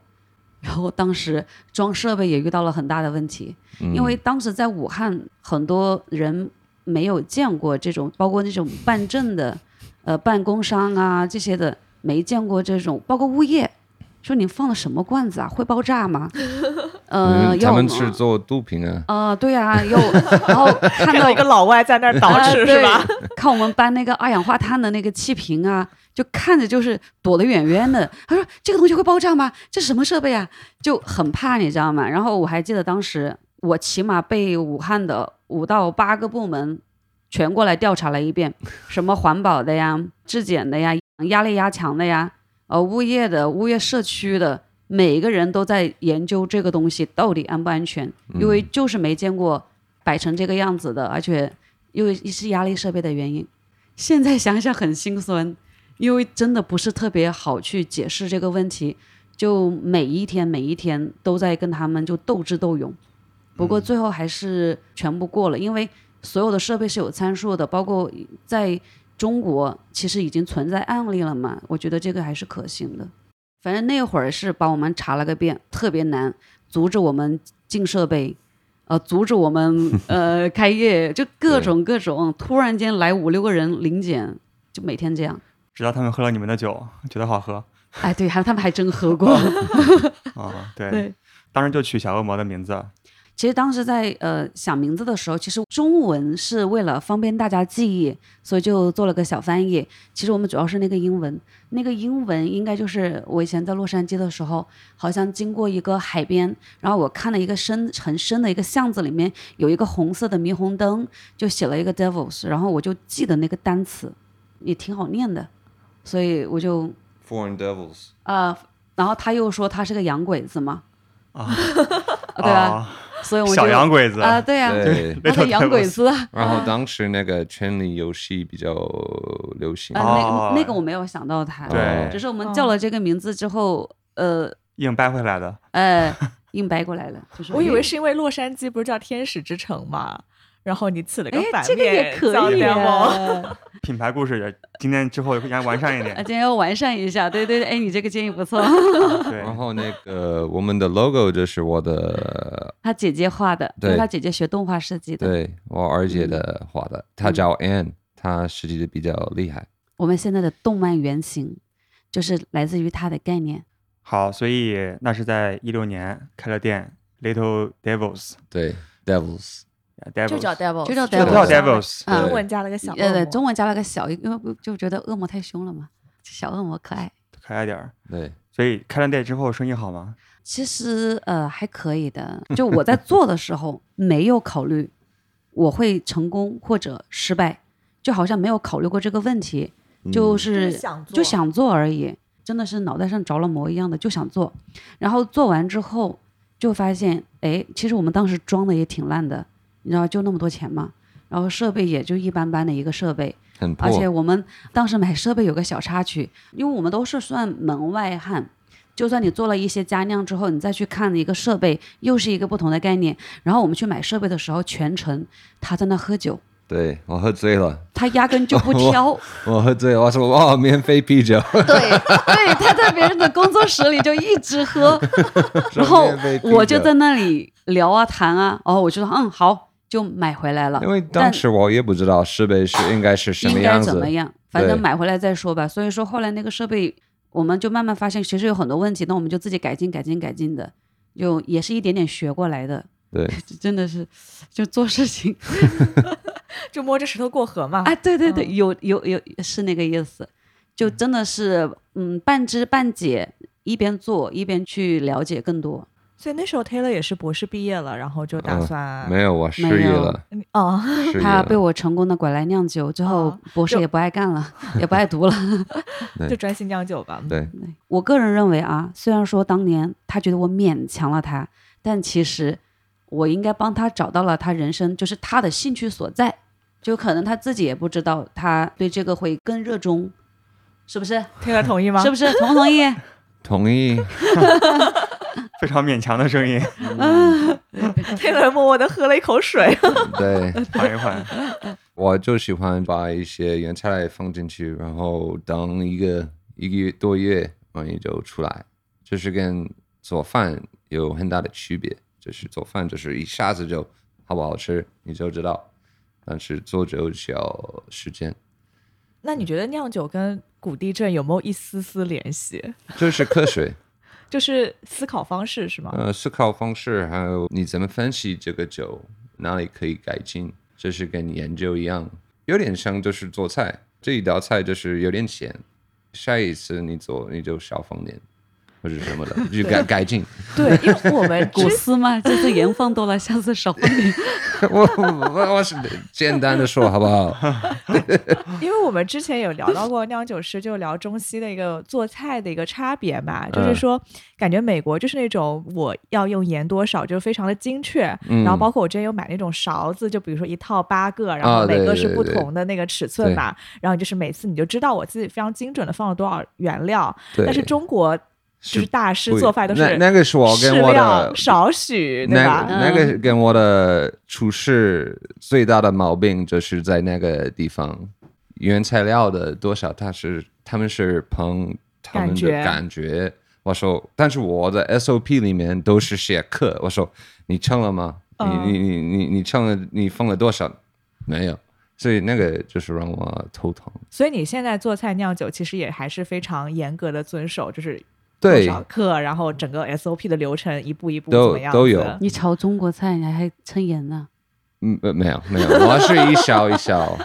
Speaker 4: 然后当时装设备也遇到了很大的问题，
Speaker 5: 嗯
Speaker 4: 因为当时在武汉，很多人没有见过这种，包括那种办证的，呃，办工商啊这些的，没见过这种，包括物业，说你放了什么罐子啊，会爆炸吗？呃，
Speaker 5: 他
Speaker 4: 要
Speaker 5: 嗯们
Speaker 4: 么
Speaker 5: 是做毒品啊，
Speaker 4: 啊、对啊，又然后看
Speaker 3: 看
Speaker 4: 到
Speaker 3: 到一个老外在 那儿捯
Speaker 4: 啊
Speaker 3: 饬、是
Speaker 4: 对
Speaker 3: 吧？
Speaker 4: 看我们搬那个二氧化碳的那个气瓶啊，就看着就是躲得远远的。他说这个东西会爆炸吗？这什么设备啊？就很怕，你知道吗？然后我还记得当时我起码被武汉的五到八个部门全过来调查了一遍，什么环保的呀、质检的呀、压力压强的呀、呃物业的、物业社区的。每一个人都在研究这个东西到底安不安全，因为就是没见过摆成这个样子的，而且因为是压力设备的原因。现在想想很心酸，因为真的不是特别好去解释这个问题，就每一天每一天都在跟他们就斗智斗勇。不过最后还是全部过了，因为所有的设备是有参数的，包括在中国其实已经存在案例了嘛，我觉得这个还是可行的。反正那会儿是把我们查了个遍，特别难，阻止我们进设备，呃，阻止我们呃开业，就各种各种，突然间来五六个人临检，就每天这样。
Speaker 2: 直到他们喝了你们的酒，觉得好喝
Speaker 4: 哎，对，还他们还真喝过。
Speaker 2: 啊，对，
Speaker 4: 对
Speaker 2: 当时就取小恶魔的名字，
Speaker 4: 其实当时在呃想名字的时候，其实中文是为了方便大家记忆，所以就做了个小翻译。其实我们主要是那个英文，那个英文应该就是我以前在洛杉矶的时候，好像经过一个海边，然后我看了一个深很深的一个巷子里面有一个红色的霓虹灯，就写了一个 devils，然后我就记得那个单词，也挺好念的，所以我就
Speaker 5: Foreign Devils，
Speaker 4: 呃，然后他又说他是个洋鬼子嘛，
Speaker 2: 啊
Speaker 4: 对吧、
Speaker 2: 啊
Speaker 4: 所以我就
Speaker 2: 小洋鬼子
Speaker 4: 啊、对呀、
Speaker 5: 对。
Speaker 4: 他是洋鬼子啊，
Speaker 5: 然后当时那个权力游戏比较流行，
Speaker 4: 啊，
Speaker 2: 哦
Speaker 4: 那个那个我没有想到他，啊
Speaker 2: 对
Speaker 4: 只是我们
Speaker 3: 哦
Speaker 4: 叫了这个名字之后，呃
Speaker 2: 硬掰回来的。
Speaker 4: 呃，硬掰过来了， 就是
Speaker 3: 我以为是因为洛杉矶不是叫天使之城嘛，然后你起了
Speaker 4: 哎
Speaker 3: 个反面，
Speaker 4: 这个也可
Speaker 3: 叫
Speaker 4: 以
Speaker 3: Devil
Speaker 4: 啊，
Speaker 2: 品牌故事也今天之后应该完善一
Speaker 4: 啊
Speaker 2: 点。
Speaker 4: 今天要完善一下，对对对，哎，你这个建议不 错，
Speaker 2: 对，
Speaker 5: 然后那个我们的 logo 就是我的，
Speaker 4: 他姐姐画的，
Speaker 5: 对
Speaker 4: 因为他姐姐学动画设计的，
Speaker 5: 对我二姐的画
Speaker 4: 嗯
Speaker 5: 的，她叫 Anne，她设计的比较厉害。
Speaker 4: 我们现在的动漫原型就是来自于他的概念，
Speaker 2: 好，所以那是在一六年开了店，Little Devils，Devils
Speaker 5: 对，Devils，
Speaker 3: 就叫 Devil，
Speaker 4: 就叫
Speaker 2: 就叫
Speaker 4: Devil
Speaker 2: Devils，
Speaker 4: 啊
Speaker 3: 中文加了个小恶魔，
Speaker 4: 呃，中文加了个小，因为不就觉得恶魔太凶了嘛，小恶魔可爱。
Speaker 2: 可爱点儿。
Speaker 5: 对，
Speaker 2: 所以开了店之后生意好吗？
Speaker 4: 其实呃还可以的，就我在做的时候没有考虑我会成功或者失败，就好像没有考虑过这个问题，就
Speaker 5: 嗯
Speaker 4: 是
Speaker 3: 就是想做
Speaker 4: 就想做而已，真的是脑袋上着了魔一样的就想做，然后做完之后就发现，哎，其实我们当时装的也挺烂的，你知道就那么多钱嘛，然后设备也就一般般的一个设备，
Speaker 5: 很
Speaker 4: 而且
Speaker 5: 破，
Speaker 4: 我们当时买设备有个小插曲，因为我们都是算门外汉，就算你做了一些家酿之后，你再去看一个设备，又是一个不同的概念。然后我们去买设备的时候，全程他在那喝酒，
Speaker 5: 对我喝醉了，
Speaker 4: 他压根就 不挑，
Speaker 5: 我喝醉了，我说哇，免费啤 酒，
Speaker 4: 对对，他在别人的工作室里就一直喝，然后我就在那里聊啊谈啊，哦，我就说嗯好，就买回来了
Speaker 5: 因。为当时我也不知道设备是应该是什么
Speaker 4: 应该
Speaker 5: 样
Speaker 4: 怎
Speaker 5: 子，
Speaker 4: 么样，反正
Speaker 5: 对
Speaker 4: 买回来再说吧。所以说后来那个设备，我们就慢慢发现其实有很多问题，那我们就自己改进、改进、改进的，就也是一点点学过来的。
Speaker 5: 对，
Speaker 4: 真的是，就做事 情，
Speaker 3: 就摸着石头过河嘛。
Speaker 4: 哎，对对对，
Speaker 3: 嗯
Speaker 4: 有有有，是那个意思，就真的是，嗯，半知半解，一边做一边去了解更多。
Speaker 3: 所以那时候 Taylor 也是博士毕业了，然后就打
Speaker 5: 嗯
Speaker 3: 算、
Speaker 5: 没有我失
Speaker 4: 没
Speaker 5: 业
Speaker 4: 有
Speaker 5: 了，
Speaker 3: 哦，
Speaker 5: 失业
Speaker 4: 他
Speaker 5: 了
Speaker 4: 被我成功的拐来酿酒之后
Speaker 5: 啊
Speaker 3: 哦，
Speaker 4: 博士
Speaker 3: 就
Speaker 4: 也不爱干了， 也不爱读了。
Speaker 5: 对
Speaker 3: 就专心酿酒吧。
Speaker 5: 对，
Speaker 4: 我个人认为啊，虽然说当年他觉得我勉强了他，但其实我应该帮他找到了他人生就是他的兴趣所在，就可能他自己也不知道，他对这个会更热衷，是不是？
Speaker 3: Taylor 同意吗？
Speaker 4: 是不是？同不同意？
Speaker 5: 同意，
Speaker 2: 非常勉强的生 意，
Speaker 3: Taylor 默默的喝了一口水。
Speaker 5: 对。
Speaker 2: 缓一缓。
Speaker 5: 我就喜欢把一些原材料放进去，然后等一个一个月多月，然后也就出来。这是跟做饭有很大的区别，就是做饭就是一下子就好不好吃你就知道，但是做酒需要时间，
Speaker 3: 那你觉得酿酒跟谷地症有没有一丝丝联系？
Speaker 5: 这是科学，
Speaker 3: 就是思考方式是吗？
Speaker 5: 呃，思考方式还有你怎么分析这个酒，哪里可以改进，这是跟研究一样，有点像就是做菜，这一道菜就是有点咸，下一次你做你就少放点或者什么的，就改改进。
Speaker 3: 对，因为我们
Speaker 4: 古
Speaker 3: 之
Speaker 4: 诗嘛，这次盐放多了，下次少放点。
Speaker 5: 我我我是简单的说好不好？
Speaker 3: 因为我们之前有聊到过酿酒师，就聊中西的一个做菜的一个差别嘛，
Speaker 5: 嗯
Speaker 3: 就是说感觉美国就是那种我要用盐多少，就是非常的精确，
Speaker 5: 嗯
Speaker 3: 然后包括我之前有买那种勺子，就比如说一套八个，然
Speaker 5: 啊
Speaker 3: 后每
Speaker 5: 对
Speaker 3: 个
Speaker 5: 对
Speaker 3: 是不
Speaker 5: 对
Speaker 3: 同的那个尺寸
Speaker 5: 对
Speaker 3: 嘛，然后就是每次你就知道我自己非常精准的放了多少原料，
Speaker 5: 对，
Speaker 3: 但是中国就是是大师
Speaker 5: 不一
Speaker 3: 做饭都是
Speaker 5: 那那个是我
Speaker 3: 适
Speaker 5: 跟我
Speaker 3: 量
Speaker 5: 的
Speaker 3: 少许，对
Speaker 5: 那嗯
Speaker 3: 吧？嗯
Speaker 5: 那个跟我的厨师最大的毛病就是在那个地方，原材料的多少，他是他们是凭他们
Speaker 3: 感
Speaker 5: 的
Speaker 3: 觉
Speaker 5: 感觉。我说，但是我的 SOP 里面都是写克。我说，你称了吗？
Speaker 3: 嗯
Speaker 5: 你你你你你称了？你放了多少？没有，所以那个就是让我头疼。
Speaker 3: 所以你现在做菜酿酒，其实也还是非常严格的遵守，就是多
Speaker 5: 对，
Speaker 3: 少克，然后整个 SOP 的流程一步一步
Speaker 5: 都
Speaker 3: 怎么样
Speaker 5: 都
Speaker 3: 子
Speaker 5: 有
Speaker 4: 你炒中国菜，你还称盐呢？
Speaker 5: 嗯，呃没有没有，我是一勺一勺，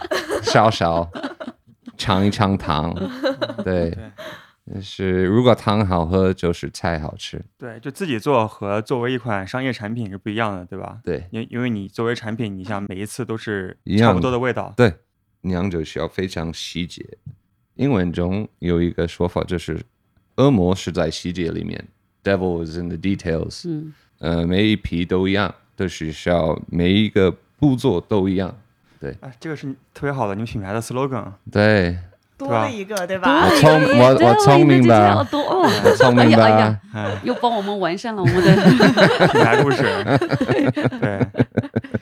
Speaker 5: 勺勺， 尝一尝糖，对，
Speaker 2: 对
Speaker 5: 是如果汤好喝，就是菜好吃，
Speaker 2: 对，就自己做和作为一款商业产品是不一样的，对吧？
Speaker 5: 对
Speaker 2: 因因为你作为产品，你像每一次都是
Speaker 5: 一
Speaker 2: 差
Speaker 5: 样
Speaker 2: 不
Speaker 5: 的
Speaker 2: 多的味道，
Speaker 5: 对，酿酒需要非常细节。英文中有一个说法，就是恶魔是在细节里面，devil is in the details。
Speaker 4: 嗯，
Speaker 5: 呃，每一批都一样，都是需要每一个步骤都一样。
Speaker 2: 哎，这个是你特别好的你们品牌的 slogan。
Speaker 5: 对，
Speaker 3: 多
Speaker 2: 吧
Speaker 3: 了一个，对
Speaker 5: 我
Speaker 4: 啊
Speaker 3: 吧？
Speaker 5: 聪我我聪明吧
Speaker 4: 多哦，
Speaker 5: 我聪明吧？
Speaker 4: 哎呀哎呀
Speaker 2: 哎，
Speaker 4: 又帮我们完善了我们的，
Speaker 2: 品牌 故事，对，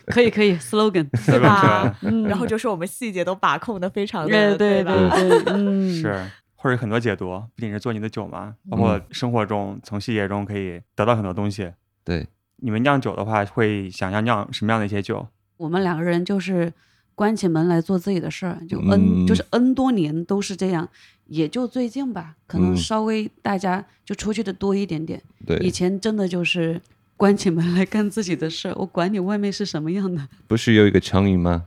Speaker 4: 可以可以，slogan，
Speaker 3: 对吧
Speaker 2: 吧？
Speaker 3: 嗯，然后就是我们细节都把控的非常
Speaker 4: 对
Speaker 3: 的，
Speaker 4: 对
Speaker 3: 吧？
Speaker 4: 对，嗯，
Speaker 2: 是，或者有很多解读，不仅是做你的酒嘛，包括
Speaker 5: 嗯
Speaker 2: 生活中从细节中可以得到很多东西。
Speaker 5: 对，
Speaker 2: 你们酿酒的话，会想要酿什么样的一些酒？
Speaker 4: 我们两个人就是关起门来做自己的事儿，就 N、
Speaker 5: 嗯
Speaker 4: 就是 N 多年都是这样，也就最近吧，可能
Speaker 5: 嗯
Speaker 4: 稍微大家就出去的多一点点。以
Speaker 5: 对，
Speaker 4: 前真的就是关起门来干自己的事儿，我管你外面是什么样的，
Speaker 5: 不是有一个成语吗？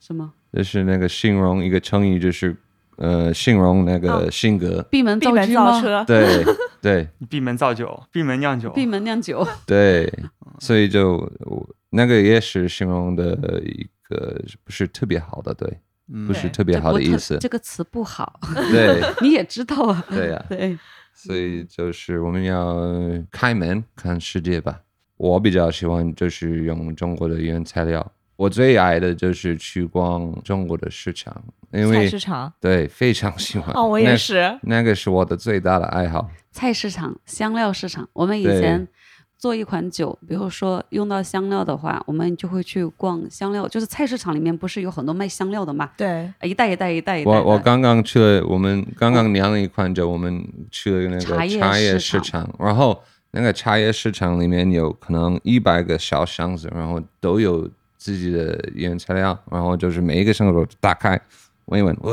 Speaker 4: 什么
Speaker 5: 就是那个形容一个成语，就是呃形容那
Speaker 4: 啊
Speaker 5: 个性格。
Speaker 4: 闭门
Speaker 3: 闭
Speaker 4: 造
Speaker 3: 门
Speaker 4: 车
Speaker 3: 造
Speaker 4: 吗？
Speaker 3: 车，
Speaker 5: 对对
Speaker 2: 闭门造酒，闭门酿酒，
Speaker 4: 闭门酿酒，
Speaker 5: 对，
Speaker 3: 嗯
Speaker 5: 所以就我那个也是形容的一个不是特别好的，对，
Speaker 2: 嗯
Speaker 5: 不
Speaker 3: 哎
Speaker 5: 是特别好的
Speaker 4: 这不
Speaker 5: 意
Speaker 4: 特
Speaker 5: 思
Speaker 4: 这。个词不好，
Speaker 5: 对
Speaker 4: 你也知道啊。
Speaker 5: 对呀
Speaker 4: 对，
Speaker 5: 所以就是我们要开门看世界吧。我比较喜欢就是用中国的原材料，我最爱的就是去逛中国的市场，因
Speaker 3: 菜
Speaker 5: 为
Speaker 3: 市场
Speaker 5: 对非常喜欢。
Speaker 2: 啊
Speaker 3: 哦，我也。是，
Speaker 5: 那个是我的最大的爱好，
Speaker 4: 菜市场、香料市场，我们以
Speaker 5: 对
Speaker 4: 前做一款酒，比如说用到香料的话，我们就会去逛香料，就是菜市场里面不是有很多卖香料的嘛，
Speaker 3: 对，
Speaker 4: 一袋一袋一袋一袋的。
Speaker 5: 我我刚刚去了，我们刚刚酿了一款酒，我们去了那
Speaker 4: 茶
Speaker 5: 个
Speaker 4: 叶
Speaker 5: 茶叶
Speaker 4: 市
Speaker 5: 市场，然后那个茶叶市场里面有可能一百个小箱子，然后都有自己的原材料，然后就是每一个箱子都打开闻一闻，哇，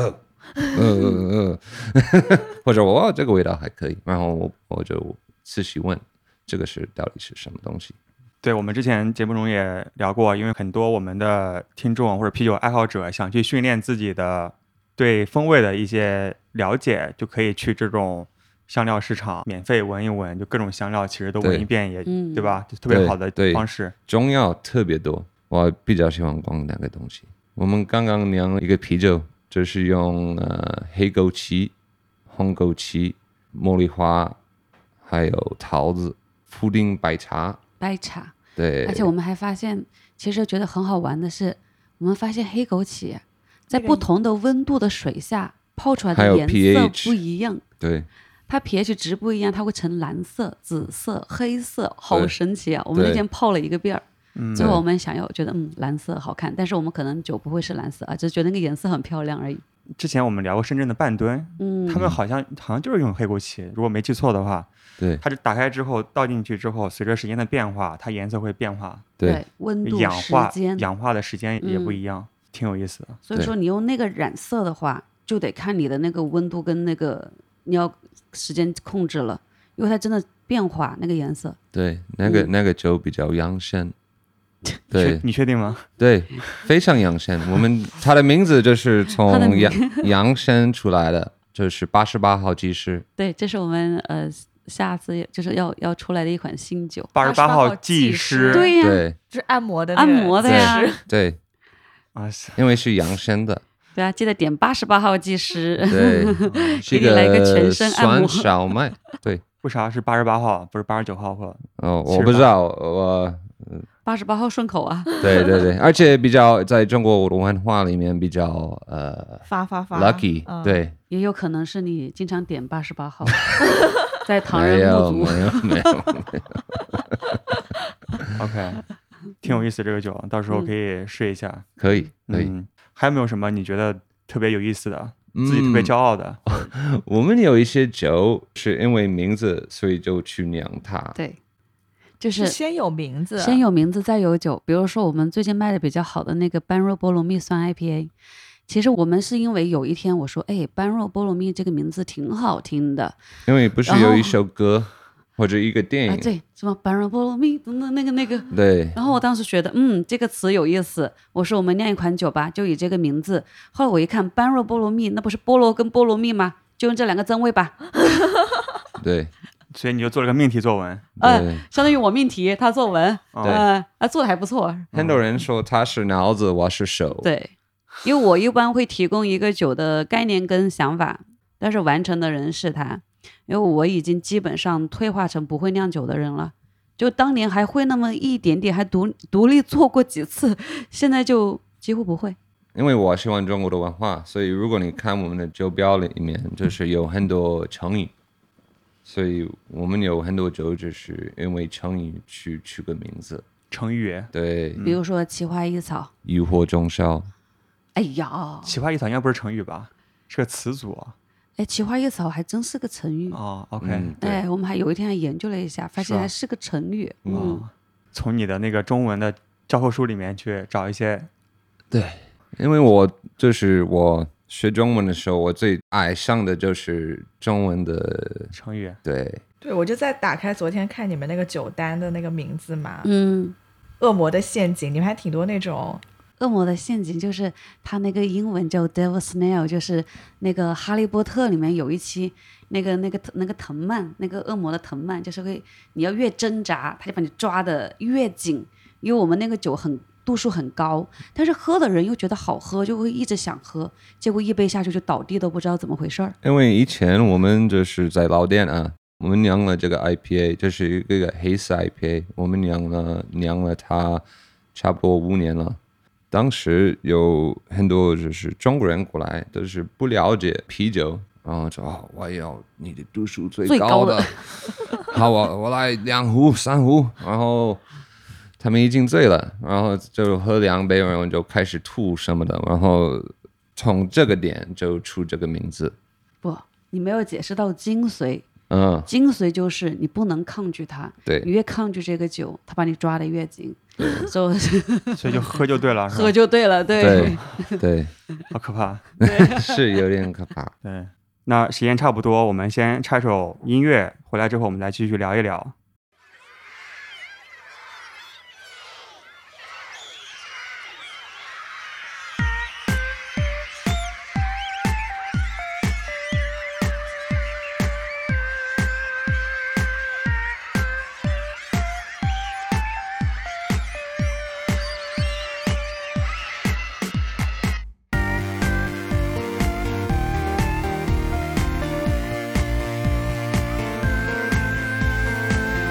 Speaker 5: 呃呃呃， 或者哇这个味道还可以，然后我我就仔细问这个是到底是什么东西，
Speaker 2: 对，我们之前节目中也聊过，因为很多我们的听众或者啤酒爱好者想去训练自己的对风味的一些了解，就可以去这种香料市场免费闻一闻，就各种香料其实都闻
Speaker 5: 对
Speaker 2: 一遍也，
Speaker 4: 嗯
Speaker 2: 对吧？就特别
Speaker 5: 对
Speaker 2: 好的
Speaker 5: 对
Speaker 2: 方式。
Speaker 5: 中药特别多，我比较喜欢逛那个东西。我们刚刚酿了一个啤酒，就是用呃黑枸杞、红枸杞、茉莉花，还有桃子，普丁白茶。
Speaker 4: 白茶，
Speaker 5: 对，
Speaker 4: 而且我们还发现，其实觉得很好玩的是，我们发现黑枸杞在
Speaker 3: 这个
Speaker 4: 不同的温度的水下泡出来
Speaker 5: 还
Speaker 4: 的
Speaker 5: 有
Speaker 4: 颜色
Speaker 5: pH
Speaker 4: 不一样，
Speaker 5: 对
Speaker 4: 它 pH 值不一样，它会呈蓝色、紫色、黑色，好
Speaker 5: 对
Speaker 4: 神奇啊！我们那
Speaker 5: 对
Speaker 4: 天泡了一个遍儿，
Speaker 2: 嗯，
Speaker 4: 最后我们想要觉得嗯蓝色好看，但是我们可能酒不会是蓝色啊，只是觉得那个颜色很漂亮而已。
Speaker 2: 之前我们聊过深圳的半吨，
Speaker 4: 嗯，
Speaker 2: 他们好像好像就是用黑枸杞，如果没记错的话，
Speaker 5: 对
Speaker 2: 它是打开之后倒进去之后，随着时间的变化，它颜色会变化，
Speaker 5: 对，
Speaker 4: 温度、
Speaker 2: 氧
Speaker 4: 时
Speaker 2: 化
Speaker 4: 间，
Speaker 2: 氧化的时间也不
Speaker 4: 嗯
Speaker 2: 一样，挺有意思的。
Speaker 4: 所以说你用那个染色的话，就得看你的那个温度跟那个你要时间控制了，因为它真的变化那个颜色。
Speaker 5: 对，那个那个酒比较 养生，对
Speaker 2: 确你确定吗？
Speaker 5: 对，非常养生。我们它的名字就是
Speaker 4: 它的
Speaker 5: 从
Speaker 4: 名
Speaker 5: 养养生出来的，就是八十八号技师。
Speaker 4: 对，这是我们呃下次就是要要出来的一款新酒。
Speaker 2: 八十
Speaker 3: 88
Speaker 2: 八
Speaker 3: 号
Speaker 2: 号
Speaker 3: 技
Speaker 2: 技师
Speaker 3: 师
Speaker 4: 对呀、啊
Speaker 5: 对
Speaker 3: 就是按摩的那
Speaker 4: 按
Speaker 3: 个
Speaker 4: 摩的
Speaker 5: 对
Speaker 4: 呀，
Speaker 5: 对，
Speaker 2: 啊，是
Speaker 5: 因为是养生的，
Speaker 4: 对啊，记得点八十八号技师。
Speaker 5: 对， 是一
Speaker 4: 给你来一个全身按
Speaker 5: 酸
Speaker 4: 摩
Speaker 5: 小麦。 对，
Speaker 2: 为啥是八十八号，不是八十九号或
Speaker 5: 哦，
Speaker 2: 是
Speaker 5: 我不
Speaker 2: 吧
Speaker 5: 知道，我
Speaker 4: 八十八号顺口啊，
Speaker 5: 对对对，而且比较在中国文化里面比较呃
Speaker 3: 发发发
Speaker 5: lucky，、
Speaker 3: 嗯
Speaker 5: 对，
Speaker 4: 也有可能是你经常点八十八号，在旁
Speaker 5: 没
Speaker 4: 人
Speaker 5: 有
Speaker 4: 目
Speaker 5: 没
Speaker 4: 睹。
Speaker 5: 有没 有，
Speaker 2: OK，挺有意思这个酒，到时候可以试一下。
Speaker 5: 可以可以，
Speaker 2: 嗯，还有没有什么你觉得特别有意思的，自己特别
Speaker 5: 嗯
Speaker 2: 骄傲的？
Speaker 5: 我们有一些酒是因为名字，所以就去酿它。
Speaker 4: 对，就是
Speaker 3: 是先有名字，
Speaker 4: 先有名字，再有酒。比如说，我们最近卖的比较好的那个般若波罗蜜酸 IPA，其实我们是因为有一天我说，哎，般若波罗蜜这个名字挺好听的
Speaker 5: 因为不是
Speaker 4: 然后
Speaker 5: 有一首歌或者一个电
Speaker 4: 哦啊，
Speaker 5: 影，
Speaker 4: 对，什么般若波罗蜜，等等那个那个。
Speaker 5: 对
Speaker 4: 然后我当时觉得，嗯，这个词有意思。我说我们酿一款酒吧，就以这个名字。后来我一看，般若波罗蜜，那不是菠萝跟菠萝蜜吗？就用这两个增味吧。
Speaker 5: 对
Speaker 2: 所以你就做了个命题作文，
Speaker 4: 呃
Speaker 5: 对，
Speaker 4: 相当于我命题，他作文，
Speaker 2: 哦
Speaker 5: 对
Speaker 4: 呃，啊，做的还不错。
Speaker 5: 很多人说他是脑子，我是手，
Speaker 4: 对，因为我一般会提供一个酒的概念跟想法，但是完成的人是他，因为我已经基本上退化成不会酿酒的人了。就当年还会那么一点点，还独独立做过几次， 现在就几乎不会。
Speaker 5: 因为我喜欢中国的文化，所以如果你看我们的酒标里面，就是有很多成语，所以我们有很多酒就是因为成语去取个名字，
Speaker 2: 成语。
Speaker 5: 对，
Speaker 4: 比如说奇花异草，
Speaker 5: 疑惑中烧，
Speaker 4: 哎呀，
Speaker 2: 奇花异草应该不是成语吧？是个词组啊。
Speaker 4: 哎，奇花异草还真是个成语。
Speaker 2: 哦，OK，
Speaker 5: 嗯，对，
Speaker 4: 哎，我们还有一天还研究了一下，发
Speaker 2: 是
Speaker 4: 现
Speaker 2: 啊
Speaker 4: 还是个成语。嗯，
Speaker 2: 哦，从你的那个中文的教科书里面去找一些
Speaker 5: 因为我就是我学中文的时候，我最爱上的就是中文的，
Speaker 2: 成语。
Speaker 5: 对，
Speaker 3: 对我就在打开昨天看你们那个酒单的那个名字嘛，
Speaker 4: 嗯，
Speaker 3: 恶魔的陷阱》，你们还挺多那种
Speaker 4: 恶魔的陷阱就是它那个英文叫 Devil Snail，就是那个《哈利波特》里面有一期那个那个那个藤蔓，那个恶魔的藤蔓，就是会你要越挣扎，它就把你抓的越紧。因为我们那个酒很度数很高，但是喝的人又觉得好喝，就会一直想喝，结果一杯下去就倒地都不知道怎么回事儿。
Speaker 5: 因为以前我们就是在老店啊，我们酿了这个 IPA，这是一个黑色 IPA，我们酿了酿了它差不多五年了。当时有很多就是中国人过来，都是不了解啤酒，然后说哦，我要你的度数最
Speaker 4: 最
Speaker 5: 高
Speaker 4: 高
Speaker 5: 的，
Speaker 4: 的
Speaker 5: 好，我我来两壶三壶，然后他们已经醉了，然后就喝两杯，然后就开始吐什么的，然后从这个点就出这个名字，
Speaker 4: 不，你没有解释到精髓，
Speaker 5: 嗯。
Speaker 4: 精髓就是你不能抗拒它，你
Speaker 5: 对
Speaker 4: 越抗拒这个酒，它把你抓的越紧，
Speaker 5: 嗯
Speaker 4: 所以
Speaker 2: 所以就喝就对了，是吧
Speaker 4: 喝就对了， 对。
Speaker 5: 对对，
Speaker 2: 好可怕。
Speaker 5: 是有点可怕。
Speaker 2: 对，那时间差不多，我们先插首音乐，回来之后我们再继续聊一聊。
Speaker 1: Thank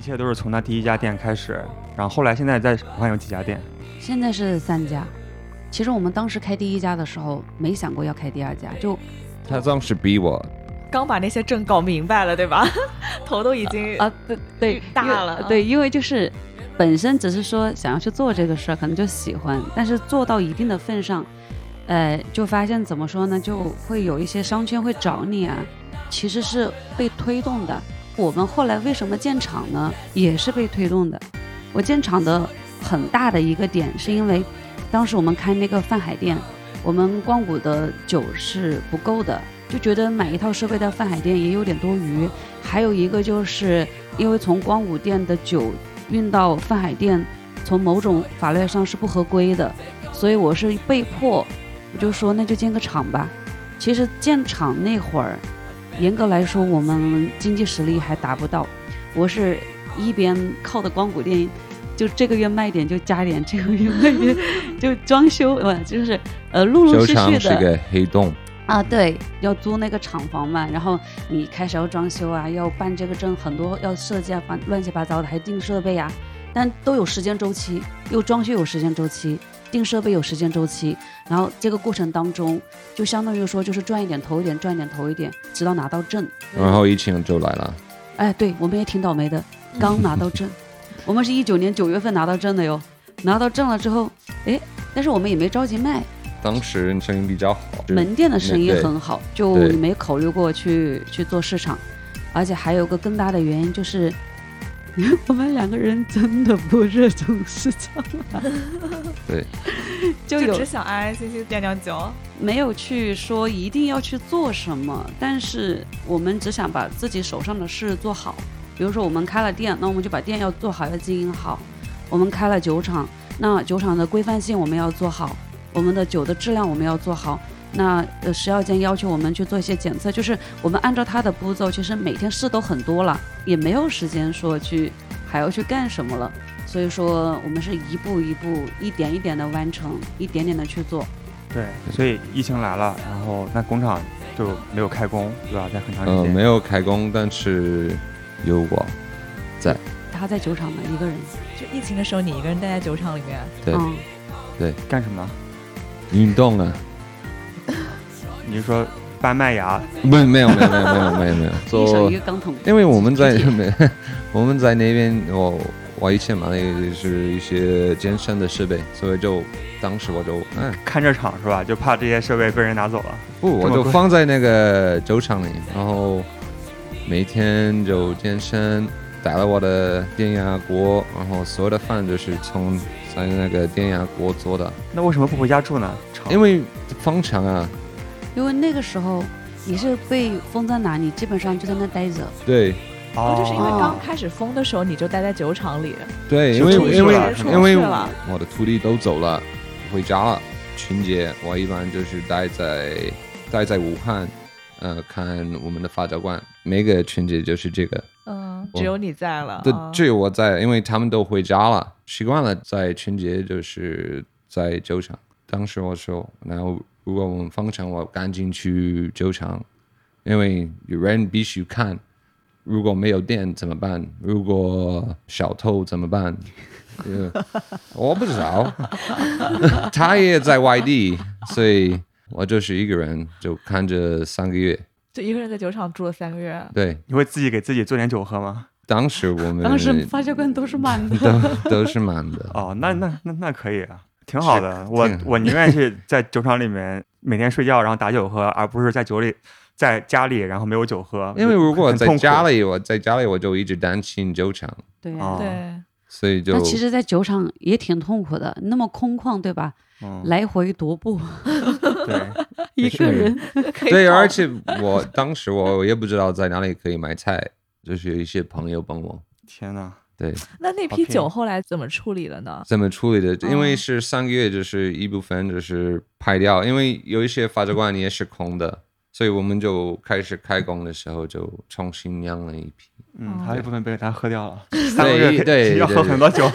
Speaker 2: 切都是从他第一家店开始，然后后来现在在武汉有几家店？
Speaker 4: 现在是三家。其实我们当时开第一家的时候，没想过要开第二家，就
Speaker 5: 他当时逼我，
Speaker 3: 刚把那些证搞明白了，对吧？ 头都已经
Speaker 4: 啊，对对
Speaker 3: 越，大
Speaker 4: 因
Speaker 1: Dạ.
Speaker 4: 为
Speaker 3: 了
Speaker 4: 对，因为就是本身只是说想要去做这个事儿，可能就喜欢，但是做到一定的份上，呃，就发现怎么说呢，就会有一些商圈会找你啊，其实是被推动的。我们后来为什么建厂呢？也是被推动的。我建厂的很大的一个点，是因为当时我们开那个泛海店，我们光谷的酒是不够的，就觉得买一套设备到泛海店也有点多余。还有一个就是因为从光谷店的酒运到泛海店，从某种法律上是不合规的，所以我是被迫，我就说那就建个厂吧。其实建厂那会儿，严格来说我们经济实力还达不到，我是一边靠的光谷店，就这个月卖点就加点，这个月卖点就装修，呃，就是呃陆陆
Speaker 5: 酒
Speaker 4: 续
Speaker 5: 厂
Speaker 4: 续
Speaker 5: 嗯是
Speaker 4: 的。
Speaker 5: 个黑洞，
Speaker 4: 啊，对，要租那个厂房嘛，然后你开始要装修啊，要办这个证，很多要设计啊，反乱七八糟的，还订设备啊，但都有时间周期，又装修有时间周期，订设备有时间周期，然后这个过程当中，就相当于说就是赚一点投一点，赚一点投一点，直到拿到证。
Speaker 5: 然后疫情就来了，
Speaker 4: 哎，对，我们也挺倒霉的，刚拿到证，我们是一九年九月份拿到证的哟，拿到证了之后，哎，但是我们也没着急卖，
Speaker 5: 当时生意比较好，
Speaker 4: 门店的生意
Speaker 5: 对
Speaker 4: 很好，就
Speaker 5: 对
Speaker 4: 你没考虑过去去做市场，而且还有个更大的原因就是， 我们两个人真的不热衷市场，
Speaker 5: 对，
Speaker 4: 就
Speaker 3: 就
Speaker 4: 有
Speaker 3: 只想安安心心酿酿酒。
Speaker 4: 没有去说一定要去做什么，但是我们只想把自己手上的事做好。比如说我们开了店，那我们就把店要做好，要经营好；我们开了酒厂，那酒厂的规范性我们要做好，我们的酒的质量我们要做好。那呃，食药监要求我们去做一些检测，就是我们按照它的步骤，其实每天事都很多了，也没有时间说去还要去干什么了。所以说，我们是一步一步、一点一点的完成，一点点的去做。
Speaker 2: 对，所以疫情来了，然后那工厂就没有开工，对吧？在很长时
Speaker 5: 呃，
Speaker 2: 间。
Speaker 5: 没有开工，但是有我，
Speaker 4: 他在酒厂的一个人，
Speaker 3: 就疫情的时候，你一个人待在酒厂里面，
Speaker 5: 对
Speaker 4: 嗯，
Speaker 2: 干什么？
Speaker 5: 运动啊，
Speaker 2: 你是说搬麦芽？
Speaker 5: 不，没有没有没有没有没有没有，
Speaker 4: 一手
Speaker 5: 做
Speaker 4: 一个钢桶，
Speaker 5: 因为我们在
Speaker 4: 自己
Speaker 5: 我们在那边，我我以前买的是一些健身的设备，所以就当时我就嗯、
Speaker 2: 看这场是吧？就怕这些设备被人拿走了。
Speaker 5: 不，我
Speaker 2: 这么
Speaker 5: 就
Speaker 2: 贵
Speaker 5: 放在那个酒厂里，然后每天就健身，打了我的电压锅，然后所有的饭就是从在那个电压锅做的，
Speaker 2: 那为什么不回家住呢？厂
Speaker 5: 因为方厂啊，
Speaker 4: 因为那个时候你是被封在哪，你基本上就在那待着。
Speaker 5: 对
Speaker 3: 哦，就是因为
Speaker 4: 哦
Speaker 3: 刚开始封的时候，你就待在酒厂里，
Speaker 5: 对，
Speaker 2: 就
Speaker 5: 因为
Speaker 2: 出去
Speaker 5: 因为
Speaker 2: 了是吧
Speaker 5: 因为
Speaker 3: 出去了
Speaker 5: 我的徒弟都走了，回家了，春节我一般就是待在待在武汉，呃，看我们的发胶馆，每个春节就是这个。
Speaker 2: 哦
Speaker 3: 嗯，
Speaker 5: 我
Speaker 3: 只有你在了。
Speaker 5: 对
Speaker 3: 啊，
Speaker 5: 只有我在，因为他们都回家了，习惯了在春节就是在酒厂。当时我说，然后如果我们放场，我赶紧去酒厂，因为有人必须看。如果没有电怎么办？如果小偷怎么办？呃我不知道， 他也在外地，所以我就是一个人，就看着三个月。
Speaker 3: 就一个人在酒厂住了三个月，
Speaker 5: 对，
Speaker 2: 你会自己给自己做点酒喝吗？
Speaker 5: 当时我们
Speaker 4: 当时发酵罐都是满的，
Speaker 5: 都都是满 的。
Speaker 2: 哦，那那那那可以啊，挺好的。我
Speaker 5: 挺好
Speaker 2: 我宁愿去在酒厂里面每天睡觉，然后打酒喝，而不是在酒里在家里然后没有酒喝。
Speaker 5: 因为如果
Speaker 2: 很
Speaker 5: 在
Speaker 2: 痛苦
Speaker 5: 家里，我在家里我就一直担心酒厂，
Speaker 4: 对呀、
Speaker 2: 哦
Speaker 3: 对，
Speaker 5: 所以啊就
Speaker 4: 那其实，在酒厂也挺痛苦的，那么空旷，对吧？
Speaker 2: 嗯，
Speaker 4: 来回踱步，
Speaker 2: 对，
Speaker 4: 一个人，
Speaker 3: 可以
Speaker 5: 对，
Speaker 3: 跑
Speaker 5: 而且我当时我也不知道在哪里可以买菜，就是有一些朋友帮我，
Speaker 2: 天哪，
Speaker 5: 对，
Speaker 3: 那那
Speaker 2: 好
Speaker 3: 批
Speaker 2: 听
Speaker 3: 酒后来怎么处理了呢？
Speaker 5: 怎么处理的？因为
Speaker 3: 哦
Speaker 5: 是三个月，就是一部分就是排掉，因为有一些发酵罐也是空的，所以我们就开始开工的时候就重新酿了一批。
Speaker 2: 嗯，
Speaker 3: 哦
Speaker 2: 还有一部分被他喝掉了，三个月
Speaker 5: 对
Speaker 2: 要喝
Speaker 5: 对
Speaker 2: 很多酒，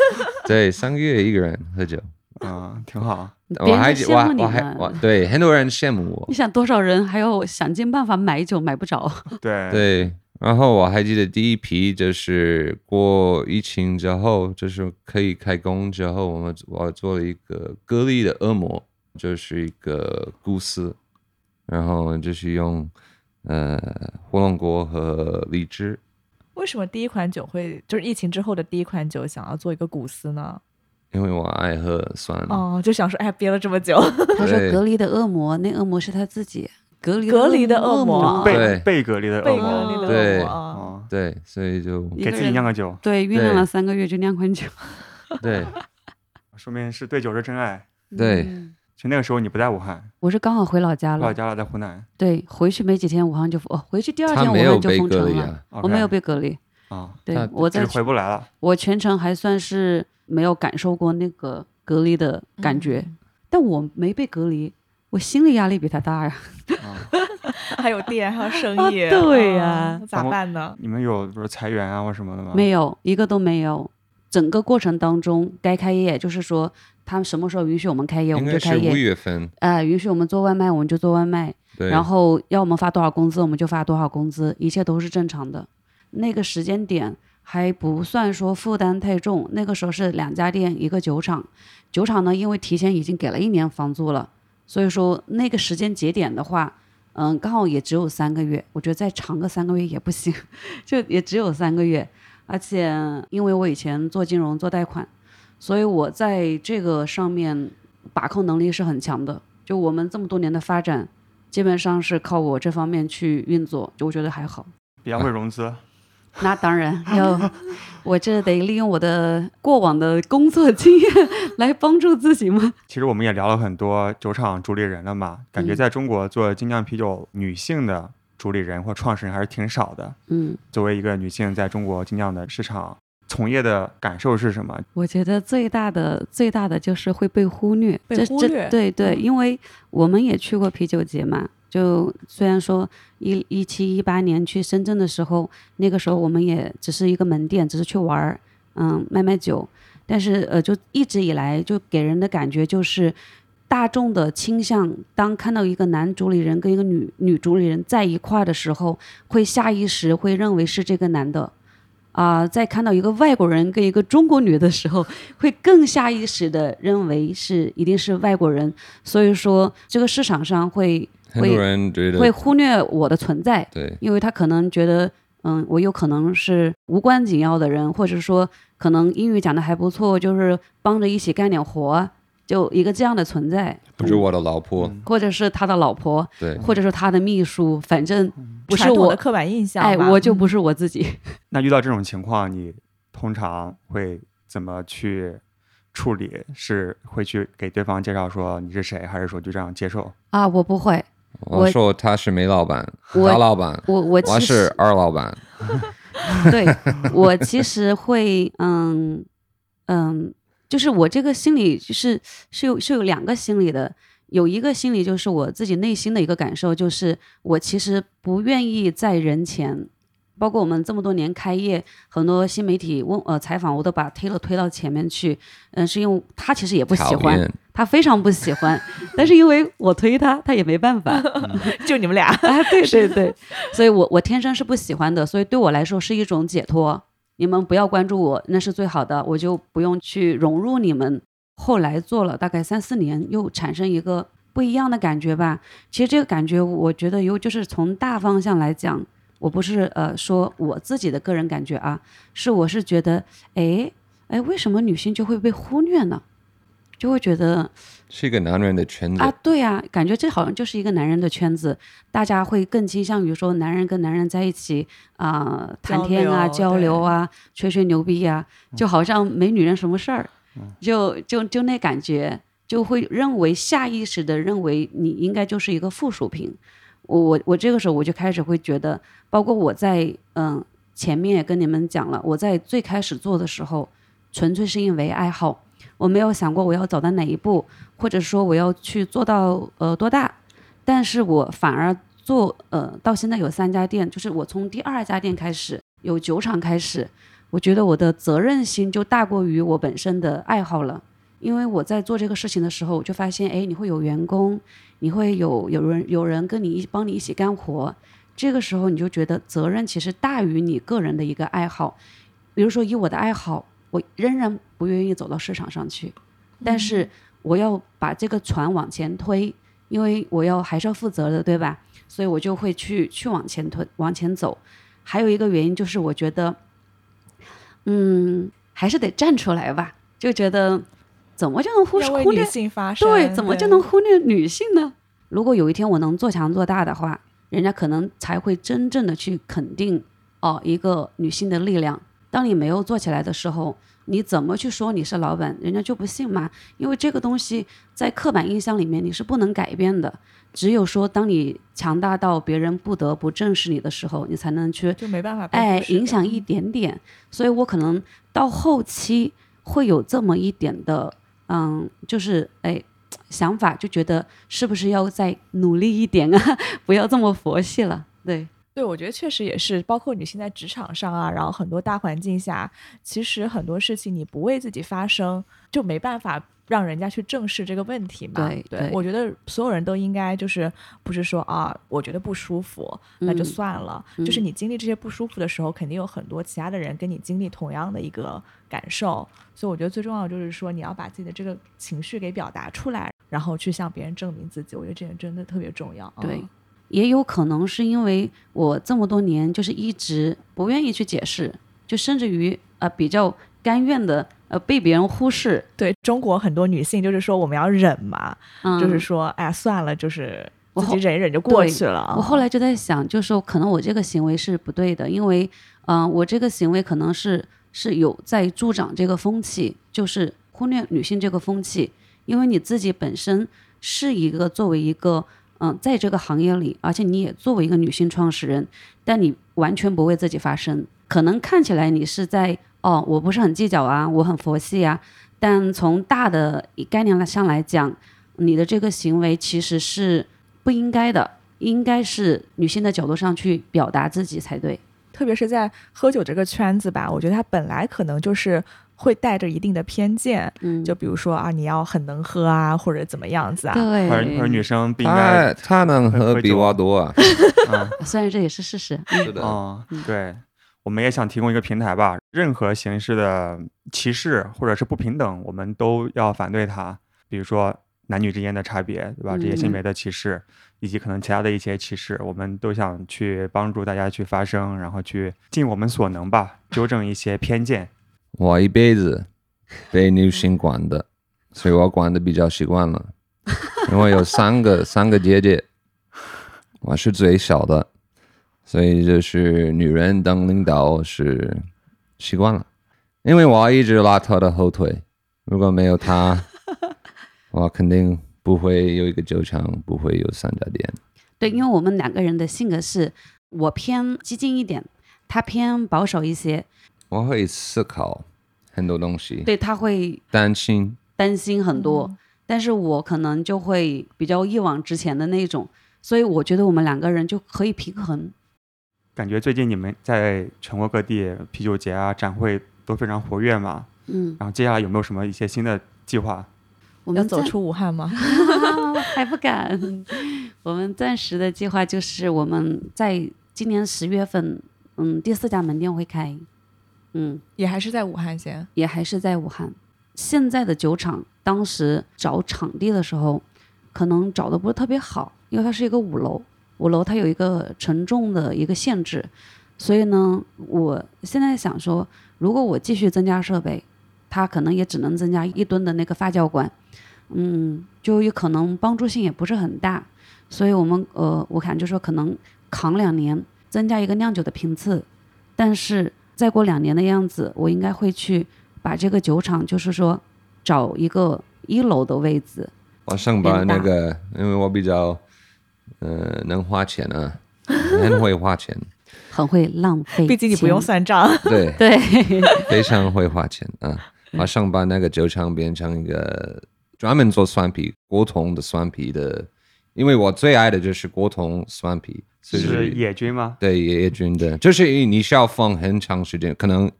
Speaker 5: 对，三个月一个人喝酒，
Speaker 2: 嗯，挺好。
Speaker 5: 我
Speaker 4: 别人
Speaker 5: 还
Speaker 4: 都
Speaker 5: 我
Speaker 4: 羡慕
Speaker 5: 还
Speaker 4: 你
Speaker 5: 我还我
Speaker 4: 呢。
Speaker 5: 对很多人羡慕我
Speaker 4: 你，想多少人还要想尽办法买酒买不着？
Speaker 2: 对，
Speaker 5: 对，然后我还记得第一批就是过疫情之后，就是可以开工之后，我们我做了一个歌利的恶魔，就是一个故事，然后就是用呃火龙果和荔枝，
Speaker 3: 为什么第一款酒会就是疫情之后的第一款酒想要做一个古斯呢？
Speaker 5: 因为我爱喝酸。
Speaker 2: 嗯
Speaker 3: 哦，就想说，哎，憋了这么久，
Speaker 4: 他说
Speaker 5: 对
Speaker 4: 隔离的恶魔，那恶魔是他自己隔离
Speaker 3: 隔离的恶
Speaker 4: 恶
Speaker 3: 魔
Speaker 5: 被
Speaker 2: 贝贝格里的恶
Speaker 3: 贝
Speaker 2: 魔
Speaker 3: 格里
Speaker 5: 对
Speaker 3: 的恶魔
Speaker 4: 嗯
Speaker 3: 啊，
Speaker 2: 啊，
Speaker 5: 对，所以就
Speaker 4: 一
Speaker 2: 给
Speaker 4: 个
Speaker 2: 自己
Speaker 4: 人
Speaker 2: 酿个酒，
Speaker 4: 对，酝酿
Speaker 5: 对
Speaker 4: 了三个月就酿款酒。
Speaker 5: 对
Speaker 2: 说明是对酒是真爱。
Speaker 5: 对
Speaker 4: 嗯
Speaker 2: 其实那个时候你不在武汉，
Speaker 4: 我是刚好回老家
Speaker 2: 老
Speaker 4: 了，
Speaker 2: 家了，在湖南
Speaker 4: 对，回去没几天武汉就哦，回去 第二
Speaker 5: 他
Speaker 4: 天武
Speaker 5: 没有
Speaker 4: 汉就
Speaker 5: 被
Speaker 4: 封
Speaker 5: 隔
Speaker 4: 城
Speaker 5: 离
Speaker 4: 了，
Speaker 5: 啊，
Speaker 2: OK
Speaker 4: 我没有被隔离。
Speaker 2: 啊，
Speaker 4: 对
Speaker 5: 那，
Speaker 4: 我
Speaker 2: 就是
Speaker 4: 在
Speaker 2: 回不来了。
Speaker 4: 我全程还算是没有感受过那个隔离的
Speaker 3: 嗯
Speaker 4: 感觉，但我没被隔离，我心理压力比他大呀。
Speaker 2: 啊，
Speaker 3: 还有店，还有生
Speaker 4: 啊
Speaker 3: 意，
Speaker 4: 对呀
Speaker 3: 啊咋
Speaker 2: 然后
Speaker 3: 办呢？
Speaker 2: 你们有比如裁员啊或什么的吗？
Speaker 4: 没有一个都没有。整个过程当中，该开业就是说，他们什么时候允许我们开业，我
Speaker 5: 应
Speaker 4: 们
Speaker 5: 该
Speaker 4: 就是开
Speaker 5: 五
Speaker 4: 业。
Speaker 5: 月份，
Speaker 4: 啊、允许我们做外卖，我们就做外卖。
Speaker 5: 对，
Speaker 4: 然后要我们发多少工资，我们就发多少工资，一切都是正常的。那个时间点还不算说负担太重，那个时候是两家店一个酒厂，酒厂呢因为提前已经给了一年房租了，所以说那个时间节点的话，嗯，刚好也只有三个月，我觉得再长个三个月也不行， 就也只有三个月。而且因为我以前做金融做贷款，所以我在这个上面把控能力是很强的。就我们这么多年的发展，基本上是靠我这方面去运作，就我觉得还好。
Speaker 2: 比较会融资，
Speaker 4: 那当然要，我这得利用我的过往的工作经验 来帮助自己嘛。
Speaker 2: 其实我们也聊了很多酒厂主理人了嘛，感觉
Speaker 4: 嗯
Speaker 2: 在中国做精酿啤酒女性的主理人或创始人还是挺少的。
Speaker 4: 嗯，
Speaker 2: 作为一个女性，在中国精酿的市场从业的感受是什么？
Speaker 4: 我觉得最大的最大的就是会被忽略，
Speaker 3: 被
Speaker 4: 这
Speaker 3: 忽
Speaker 4: 这
Speaker 3: 略
Speaker 4: 对对，
Speaker 3: 嗯
Speaker 4: 因为我们也去过啤酒节嘛，就虽然说一一七一八年去深圳的时候，那个时候我们也只是一个门店，只是去玩儿，嗯，卖卖酒，但是呃，就一直以来就给人的感觉就是。大众的倾向，当看到一个男主理人跟一个女女主理人在一块儿的时候，会下意识会认为是这个男的，啊、在看到一个外国人跟一个中国女的时候，会更下意识的认为是一定是外国人，所以说这个市场上会
Speaker 5: 很多人觉
Speaker 4: 会
Speaker 5: 得
Speaker 4: 忽略我的存在，
Speaker 5: 对，
Speaker 4: 因为他可能觉得，嗯，我有可能是无关紧要的人，或者说可能英语讲的还不错，就是帮着一起干点活啊，就一个这样的存在，
Speaker 5: 不是我的老婆，
Speaker 2: 嗯
Speaker 4: 或者是他的老婆，
Speaker 5: 对，
Speaker 4: 或者是他的秘书，反正不是
Speaker 3: 传统
Speaker 4: 我
Speaker 3: 的，刻板印象吧，
Speaker 4: 哎，我就不
Speaker 3: 嗯
Speaker 4: 是我自己。
Speaker 2: 那遇到这种情况，你通常会怎么去处理？是会去给对方介绍说你是谁，还是说就这样接受？
Speaker 4: 啊，我不会，
Speaker 5: 我
Speaker 4: 我
Speaker 5: 说他是梅老板，
Speaker 4: 我
Speaker 5: 大老板，
Speaker 4: 我我
Speaker 5: 我
Speaker 4: 其实
Speaker 5: 是二老板，
Speaker 4: 对我其实会，嗯嗯，就是我这个心理就是是有是有两个心理的，有一个心理就是我自己内心的一个感受，就是我其实不愿意在人前，包括我们这么多年开业，很多新媒体问呃采访，我都把 Taylor 推到前面去，嗯、是因为他其实也不喜
Speaker 5: 讨
Speaker 4: 欢，
Speaker 5: 厌，
Speaker 4: 他非常不喜欢，但是因为我推他，他也没办法。
Speaker 3: 就你们俩，
Speaker 4: 啊，对对对，所以我我天生是不喜欢的，所以对我来说是一种解脱。你们不要关注我，那是最好的，我就不用去融入你们。后来做了大概三四年，又产生一个不一样的感觉吧。其实这个感觉，我觉得有就是从大方向来讲，我不是呃说我自己的个人感觉啊，是我是觉得，哎哎，为什么女性就会被忽略呢？就会觉得
Speaker 5: 是一个男人的圈子
Speaker 4: 啊，，对啊，感觉这好像就是一个男人的圈子，大家会更倾向于说男人跟男人在一起啊、谈
Speaker 3: 交
Speaker 4: 天啊、
Speaker 3: 流
Speaker 4: 交
Speaker 3: 对
Speaker 4: 流啊、吹吹牛逼啊，就好像没女人什么事儿，就就就那感觉，就会认为下意识的认为你应该就是一个附属品。我我我这个时候我就开始会觉得，包括我在嗯前面也跟你们讲了，我在最开始做的时候，纯粹是因为爱好，我没有想过我要走到哪一步，或者说我要去做到呃多大，但是我反而做呃到现在有三家店，就是我从第二家店开始，有酒厂开始，我觉得我的责任心就大过于我本身的爱好了。因为我在做这个事情的时候，我就发现，哎，你会有员工，你会有有人有人跟你一帮你一起干活，这个时候你就觉得责任其实大于你个人的一个爱好。比如说，以我的爱好，我仍然不愿意走到市场上去，
Speaker 3: 嗯
Speaker 4: 但是我要把这个船往前推，因为我要还是要负责的，对吧？所以我就会去去往前推，往前走。还有一个原因就是，我觉得，嗯，还是得站出来吧，就觉得怎么就能忽
Speaker 3: 要
Speaker 4: 视
Speaker 3: 为
Speaker 4: 忽
Speaker 3: 女
Speaker 4: 略
Speaker 3: 性发声，
Speaker 4: 对，怎么就能忽略女性呢？如果有一天我能做强做大的话，人家可能才会真正的去肯定哦一个女性的力量。当你没有做起来的时候，你怎么去说你是老板，人家就不信嘛？因为这个东西在刻板印象里面你是不能改变的。只有说，当你强大到别人不得不正视你的时候，你才能去
Speaker 3: 就没办法嗯被
Speaker 4: 哎
Speaker 3: 忽视
Speaker 4: 影
Speaker 3: 的
Speaker 4: 响一点点，所以我可能到后期会有这么一点的，嗯，就是哎想法，就觉得是不是要再努力一点啊， 不要这么佛系了，对。
Speaker 3: 对，我觉得确实也是，包括女性在职场上啊，然后很多大环境下，其实很多事情你不为自己发声，就没办法让人家去正视这个问题嘛。
Speaker 4: 对
Speaker 3: 对
Speaker 4: 对
Speaker 3: 我觉得所有人都应该就是不是说啊，我觉得不舒服，那就
Speaker 4: 嗯
Speaker 3: 算了。就是
Speaker 4: 嗯
Speaker 3: 你经历这些不舒服的时候，肯定有很多其他的人跟你经历同样的一个感受，所以我觉得最重要的就是说，你要把自己的这个情绪给表达出来，然后去向别人证明自己。我觉得这点真的特别重要啊。
Speaker 4: 对嗯也有可能是因为我这么多年就是一直不愿意去解释，就甚至于呃比较甘愿的呃被别人忽视，
Speaker 3: 对中国很多女性就是说我们要忍嘛，
Speaker 4: 嗯，
Speaker 3: 就是说，哎呀，算了，就是
Speaker 4: 我
Speaker 3: 自己
Speaker 4: 后
Speaker 3: 忍一忍就过
Speaker 4: 对
Speaker 3: 去了啊。
Speaker 4: 我后来就在想，就是说可能我这个行为是不对的，因为，嗯、我这个行为可能是是有在助长这个风气，就是忽略女性这个风气，因为你自己本身是一个作为一个，嗯、在这个行业里，而且你也作为一个女性创始人，但你完全不为自己发声，可能看起来你是在，哦，我不是很计较啊，我很佛系啊，但从大的概念上来讲，你的这个行为其实是不应该的。应该是女性的角度上去表达自己才对。
Speaker 3: 特别是在喝酒这个圈子吧，我觉得它本来可能就是会带着一定的偏见，
Speaker 4: 嗯
Speaker 3: 就比如说啊，你要很能喝啊，或者怎么样子啊。
Speaker 4: 对，
Speaker 2: 或者或者女生不应该
Speaker 5: 他他能
Speaker 2: 喝
Speaker 5: 喝
Speaker 2: 喝
Speaker 5: 比
Speaker 2: 酒
Speaker 5: 我多啊，
Speaker 2: 啊
Speaker 4: 虽然这也是事实，
Speaker 5: 是的，
Speaker 4: 哦
Speaker 2: 啊，对，我们也想提供一个平台吧，任何形式的歧视或者是不平等，我们都要反对它，比如说男女之间的差别，对吧？这些性
Speaker 4: 嗯
Speaker 2: 别的歧视，以及可能其他的一些歧视，我们都想去帮助大家去发声，然后去尽我们所能吧，纠正一些偏见。
Speaker 5: 我一辈子被女性管的，所以我管的比较习惯了。因为有三个三个姐姐，我是最小的，所以就是女人当领导是习惯了。因为我一直拉她的后腿，如果没 有她，我肯定不会有一个酒厂，不会有三家店。
Speaker 4: 对，因为我们两个人的性格是，我偏激进一点，他偏保守一些，
Speaker 5: 我会思考很多东西，
Speaker 4: 对他会
Speaker 5: 担心
Speaker 4: 担心很多，
Speaker 3: 嗯
Speaker 4: 但是我可能就会比较一往直前的那种，所以我觉得我们两个人就可以平衡。
Speaker 2: 感觉最近你们在全国各地啤酒节啊、展会都非常活跃嘛，
Speaker 4: 嗯，
Speaker 2: 然后接下来有没有什么一些新的计划？
Speaker 4: 我
Speaker 3: 要
Speaker 4: 们
Speaker 3: 走
Speaker 4: 暂
Speaker 3: 出武汉 吗？
Speaker 4: 啊 还不敢。我们暂时的计划就是我们在今年十月份，嗯，第四家门店会开，嗯，
Speaker 3: 也还是在武汉先。
Speaker 4: 也还是在武汉。现在的酒厂当时找场地的时候，可能找的不是特别好，因为它是一个五楼，五楼它有一个承重的一个限制，所以呢，我现在想说，如果我继续增加设备，它可能也只能增加一吨的那个发酵罐，嗯，就有可能帮助性也不是很大，所以我们呃，我看就说可能扛两年，增加一个酿酒的频次，但是再过两年的样子，我应该会去把这个酒厂，就是说找一个一楼的位置，
Speaker 5: 我想把
Speaker 4: 变
Speaker 5: 那
Speaker 4: 大
Speaker 5: 个，因为我比较，呃，能花钱啊， 很会花钱，
Speaker 4: 很会浪费钱。
Speaker 3: 毕竟你不用算账，
Speaker 5: 对，
Speaker 4: 对，
Speaker 5: 非常会花钱啊。我想把那个酒厂变成一个专门做酸啤、果桶的酸啤的，因为我最爱的就是果桶酸啤，所以
Speaker 2: 是野菌吗？
Speaker 5: 对野野菌的，就是你需要放很长时间，可能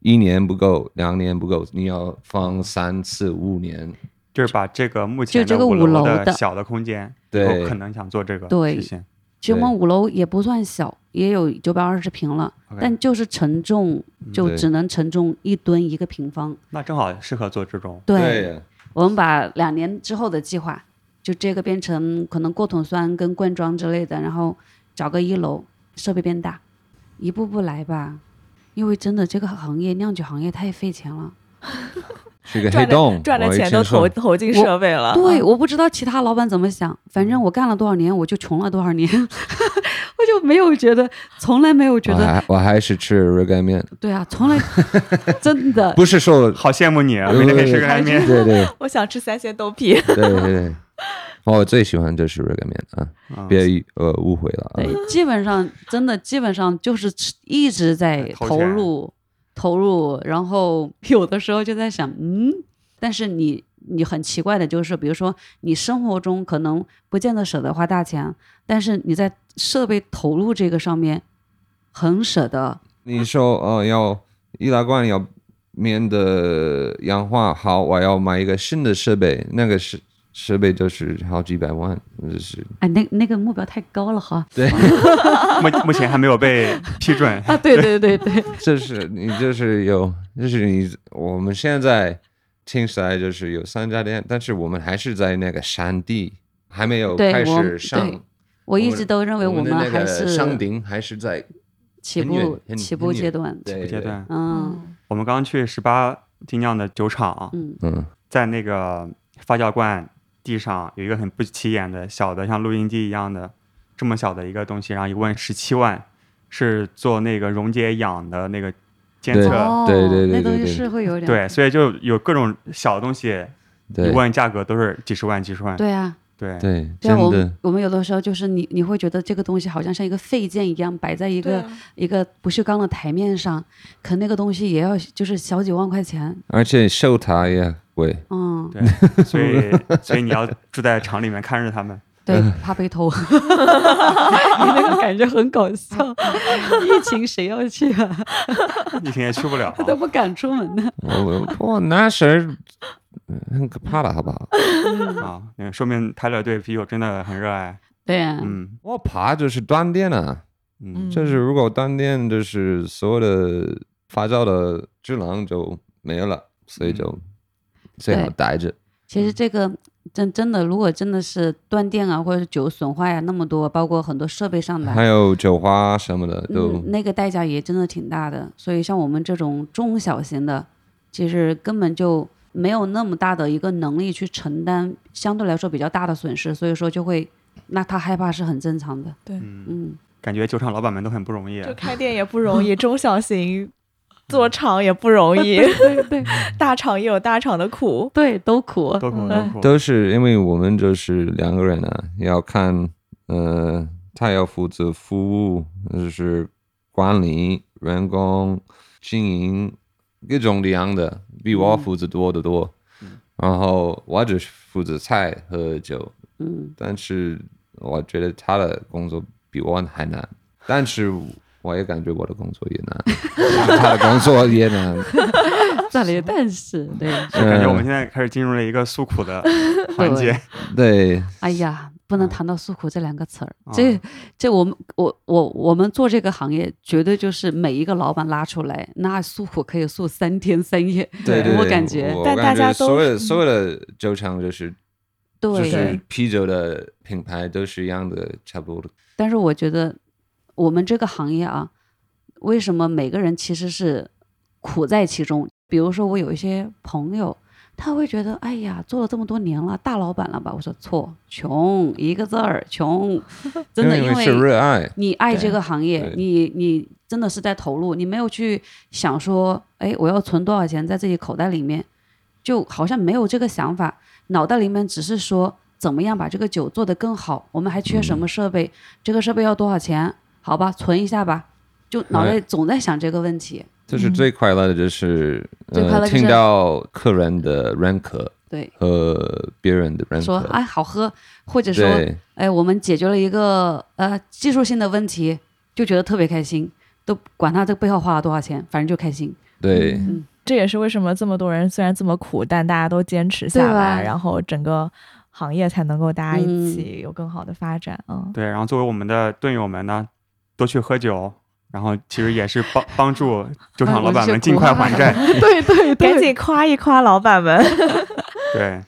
Speaker 5: 一年不够，两年不够，你要放三四五年。
Speaker 2: 就是把这个目前
Speaker 4: 就这
Speaker 2: 的
Speaker 4: 个
Speaker 2: 五
Speaker 4: 五
Speaker 2: 楼
Speaker 4: 楼
Speaker 2: 的
Speaker 4: 的
Speaker 2: 小的空间，
Speaker 5: 对
Speaker 2: 我可能想做这个
Speaker 4: 对
Speaker 2: 事情，
Speaker 4: 其实我们五楼也不算小，也有九百二十平了
Speaker 2: OK
Speaker 4: 但就是承重就
Speaker 5: 对
Speaker 4: 只能承重一吨一个平方。
Speaker 2: 那正好适合做这种
Speaker 4: 对，
Speaker 5: 对
Speaker 4: 我们把两年之后的计划，就这个变成可能过桶酸跟灌装之类的，然后找个一楼设备变大，一步步来吧。因为真的这个行业酿酒行业太费钱了，
Speaker 5: 是个黑
Speaker 3: 赚的
Speaker 5: 洞，
Speaker 3: 赚的
Speaker 5: 我以
Speaker 3: 钱
Speaker 5: 前
Speaker 3: 都
Speaker 5: 说
Speaker 3: 投投进
Speaker 4: 我
Speaker 3: 设备了。
Speaker 4: 对，
Speaker 3: 嗯，
Speaker 4: 我不知道其他老板怎么想，反正我干了多少年，我就穷了多少年， 我就没有觉得，从来没有觉
Speaker 5: 我
Speaker 4: 得，
Speaker 5: 还我还是吃热干面，
Speaker 4: 对啊，从来真的
Speaker 5: 不是说
Speaker 2: 好羡慕你啊！每
Speaker 5: 对
Speaker 2: 天可以吃个干 面。
Speaker 5: 呃对对
Speaker 3: 我想吃三鲜豆皮。
Speaker 5: 对对对，哦我最喜欢就是热干面啊，
Speaker 2: 嗯
Speaker 5: 别呃误会了啊，
Speaker 4: 对，基本上真的基本上就是吃一直在
Speaker 2: 投
Speaker 4: 投
Speaker 2: 钱
Speaker 4: 入投入，然后 有的时候就在想，嗯，但是你你很奇怪的就是，比如说你生活中可能不见得舍得花大钱，但是你在设备投入这个上面很舍得，
Speaker 5: 你说哦要易拉罐要面的氧化，好，我要买一个新的设备，那个是。设备就是好几百万，就是
Speaker 4: 哎，那那个目标太高了哈。，
Speaker 5: 对，
Speaker 2: 目目前还没有被批准
Speaker 4: 啊，对对对对，
Speaker 5: 这是你就是有，就是你我们现在听起来就是有三家店，但是我们还是在那个山地，还没有
Speaker 4: 对
Speaker 5: 开
Speaker 4: 我
Speaker 5: 始
Speaker 4: 们对
Speaker 5: 上
Speaker 4: 我一直都认为
Speaker 5: 我
Speaker 4: 们
Speaker 5: 的那
Speaker 4: 还
Speaker 5: 个
Speaker 4: 是
Speaker 5: 上顶还是在
Speaker 4: 起
Speaker 5: 很远
Speaker 4: 步
Speaker 5: 很
Speaker 4: 起
Speaker 5: 很
Speaker 4: 步
Speaker 5: 远
Speaker 4: 阶段，
Speaker 5: 对
Speaker 2: 阶段。
Speaker 4: 嗯
Speaker 2: 我们刚刚去十八精酿的酒厂，
Speaker 4: 嗯，
Speaker 5: 嗯
Speaker 2: 在那个发酵罐地上有一个很不起眼的小的，像录音机一样的这么小的一个东西，然后一问十七万，是做那个溶解氧的那个监
Speaker 5: 对啊
Speaker 2: 测。
Speaker 4: 哦，
Speaker 5: 对对对
Speaker 4: 那东西
Speaker 5: 对
Speaker 4: 是会有点
Speaker 2: 对，所以就有各种小东西，一
Speaker 5: 对
Speaker 2: 问价格都是几十万、几十万。
Speaker 4: 对啊，
Speaker 2: 对
Speaker 5: 对，
Speaker 4: 对啊，
Speaker 5: 真
Speaker 4: 我
Speaker 5: 的
Speaker 4: 们我们有的时候就是你你会觉得这个东西好像像一个废件一样摆在一
Speaker 3: 对
Speaker 4: 个、
Speaker 3: 啊
Speaker 4: 一个不锈钢的台面上，可那个东西也要就是小几万块钱，
Speaker 5: 而且秀塔也贵，
Speaker 4: 嗯，
Speaker 2: 对，所以所以你要住在厂里面看着他们。
Speaker 4: 对，怕被偷，你那个感觉很搞笑， 疫情谁要去啊？
Speaker 2: 疫情也去 不了。
Speaker 4: 都不敢出门呢。
Speaker 5: 我我我那时儿嗯很可怕的，好不好？
Speaker 2: 啊，嗯说明泰勒对啤酒真的很热爱。
Speaker 4: 对啊，
Speaker 2: 嗯
Speaker 5: 我怕就是断电啊，
Speaker 2: 嗯，
Speaker 5: 就是如果断电，就是所有的发酵的质量就没有了，所以就最好
Speaker 4: 嗯对
Speaker 5: 待着。
Speaker 4: 其实这个真真的，如果真的是断电啊，或者是酒损坏啊，那么多，包括很多设备上的，
Speaker 5: 还有酒花什么的都
Speaker 4: 嗯，那个代价也真的挺大的。所以像我们这种中小型的，其实根本就没有那么大的一个能力去承担相对来说比较大的损失，所以说就会，那他害怕是很正常的。
Speaker 3: 对
Speaker 4: 嗯，
Speaker 2: 感觉酒厂老板们都很不容易。啊
Speaker 3: 就开店也不容易，中小型做厂也不容易，
Speaker 4: 对对
Speaker 3: 大厂也有大厂的苦。
Speaker 4: 对，都苦。
Speaker 2: 多苦多
Speaker 4: 嗯
Speaker 2: 苦，
Speaker 5: 都是因为我们就是两个人啊，要看，呃，他要负责服务，就是管理员工、经营各种各样的，比
Speaker 4: 嗯
Speaker 5: 我负责多得多。然后我只是负责菜和酒，
Speaker 4: 嗯，
Speaker 5: 但是我觉得他的工作比我还难，但是我也感觉我的工作也难，就是他的工作也难。
Speaker 4: 这里但是对，
Speaker 2: 就感觉我们
Speaker 5: 嗯
Speaker 2: 现在开始进入了一个诉苦的环节。
Speaker 5: 对，
Speaker 4: 哎呀，不
Speaker 5: 嗯
Speaker 4: 能谈到诉苦这两个词儿。
Speaker 5: 啊
Speaker 4: 这这我们我我我们做这个行业，绝对就是每一个老板拉出来，那诉苦可以诉三天三夜。
Speaker 5: 对对
Speaker 4: 我
Speaker 5: 对
Speaker 4: 感觉
Speaker 5: 我
Speaker 3: 但
Speaker 5: 感
Speaker 3: 大
Speaker 5: 觉
Speaker 3: 家都
Speaker 5: 所有的所有的酒厂就是
Speaker 4: 对，
Speaker 5: 就是啤酒的品牌都是一样的，差不多的。
Speaker 4: 但是我觉得我们这个行业啊，为什么每个人其实是苦在其中？比如说我有一些朋友，他会觉得，哎呀，做了这么多年了，大老板了吧？我说错，穷一个字儿，穷， 真的，
Speaker 5: 因
Speaker 4: 因
Speaker 5: 为是
Speaker 4: 为
Speaker 5: 热爱，
Speaker 4: 你爱这个行业
Speaker 5: 对，
Speaker 4: 你你真的是在投入，你没有去想说，哎，我要存多少钱在自己口袋里面，就好像没有这个想法，脑袋里面只是说怎么样把这个酒做得更好，我们还缺什么设
Speaker 5: 嗯
Speaker 4: 备，这个设备要多少钱，好吧，存一下吧，就脑袋
Speaker 5: 哎
Speaker 4: 总在想这个问题，
Speaker 5: 就是最快乐的就是、
Speaker 4: 嗯最快乐就
Speaker 5: 呃、
Speaker 4: 是
Speaker 5: 听到客人的认可
Speaker 4: 对，
Speaker 5: 和别人的认可。
Speaker 4: 说哎好喝，或者说
Speaker 5: 对
Speaker 4: 哎，我们解决了一个呃技术性的问题，就觉得特别开心，都管他这背后花了多少钱，反正就开心，
Speaker 5: 对，
Speaker 4: 嗯
Speaker 3: 这也是为什么这么多人虽然这么苦，但大家都坚持下
Speaker 4: 对吧啊
Speaker 3: 来，然后整个行业才能够大家一
Speaker 4: 嗯
Speaker 3: 起有更好的发展。嗯，
Speaker 2: 对，然后作为我们的队友们呢，多去喝酒，然后其实也是帮帮助酒厂老板们尽快还债。
Speaker 4: 对对
Speaker 3: 赶紧夸一夸老板们，
Speaker 2: 对，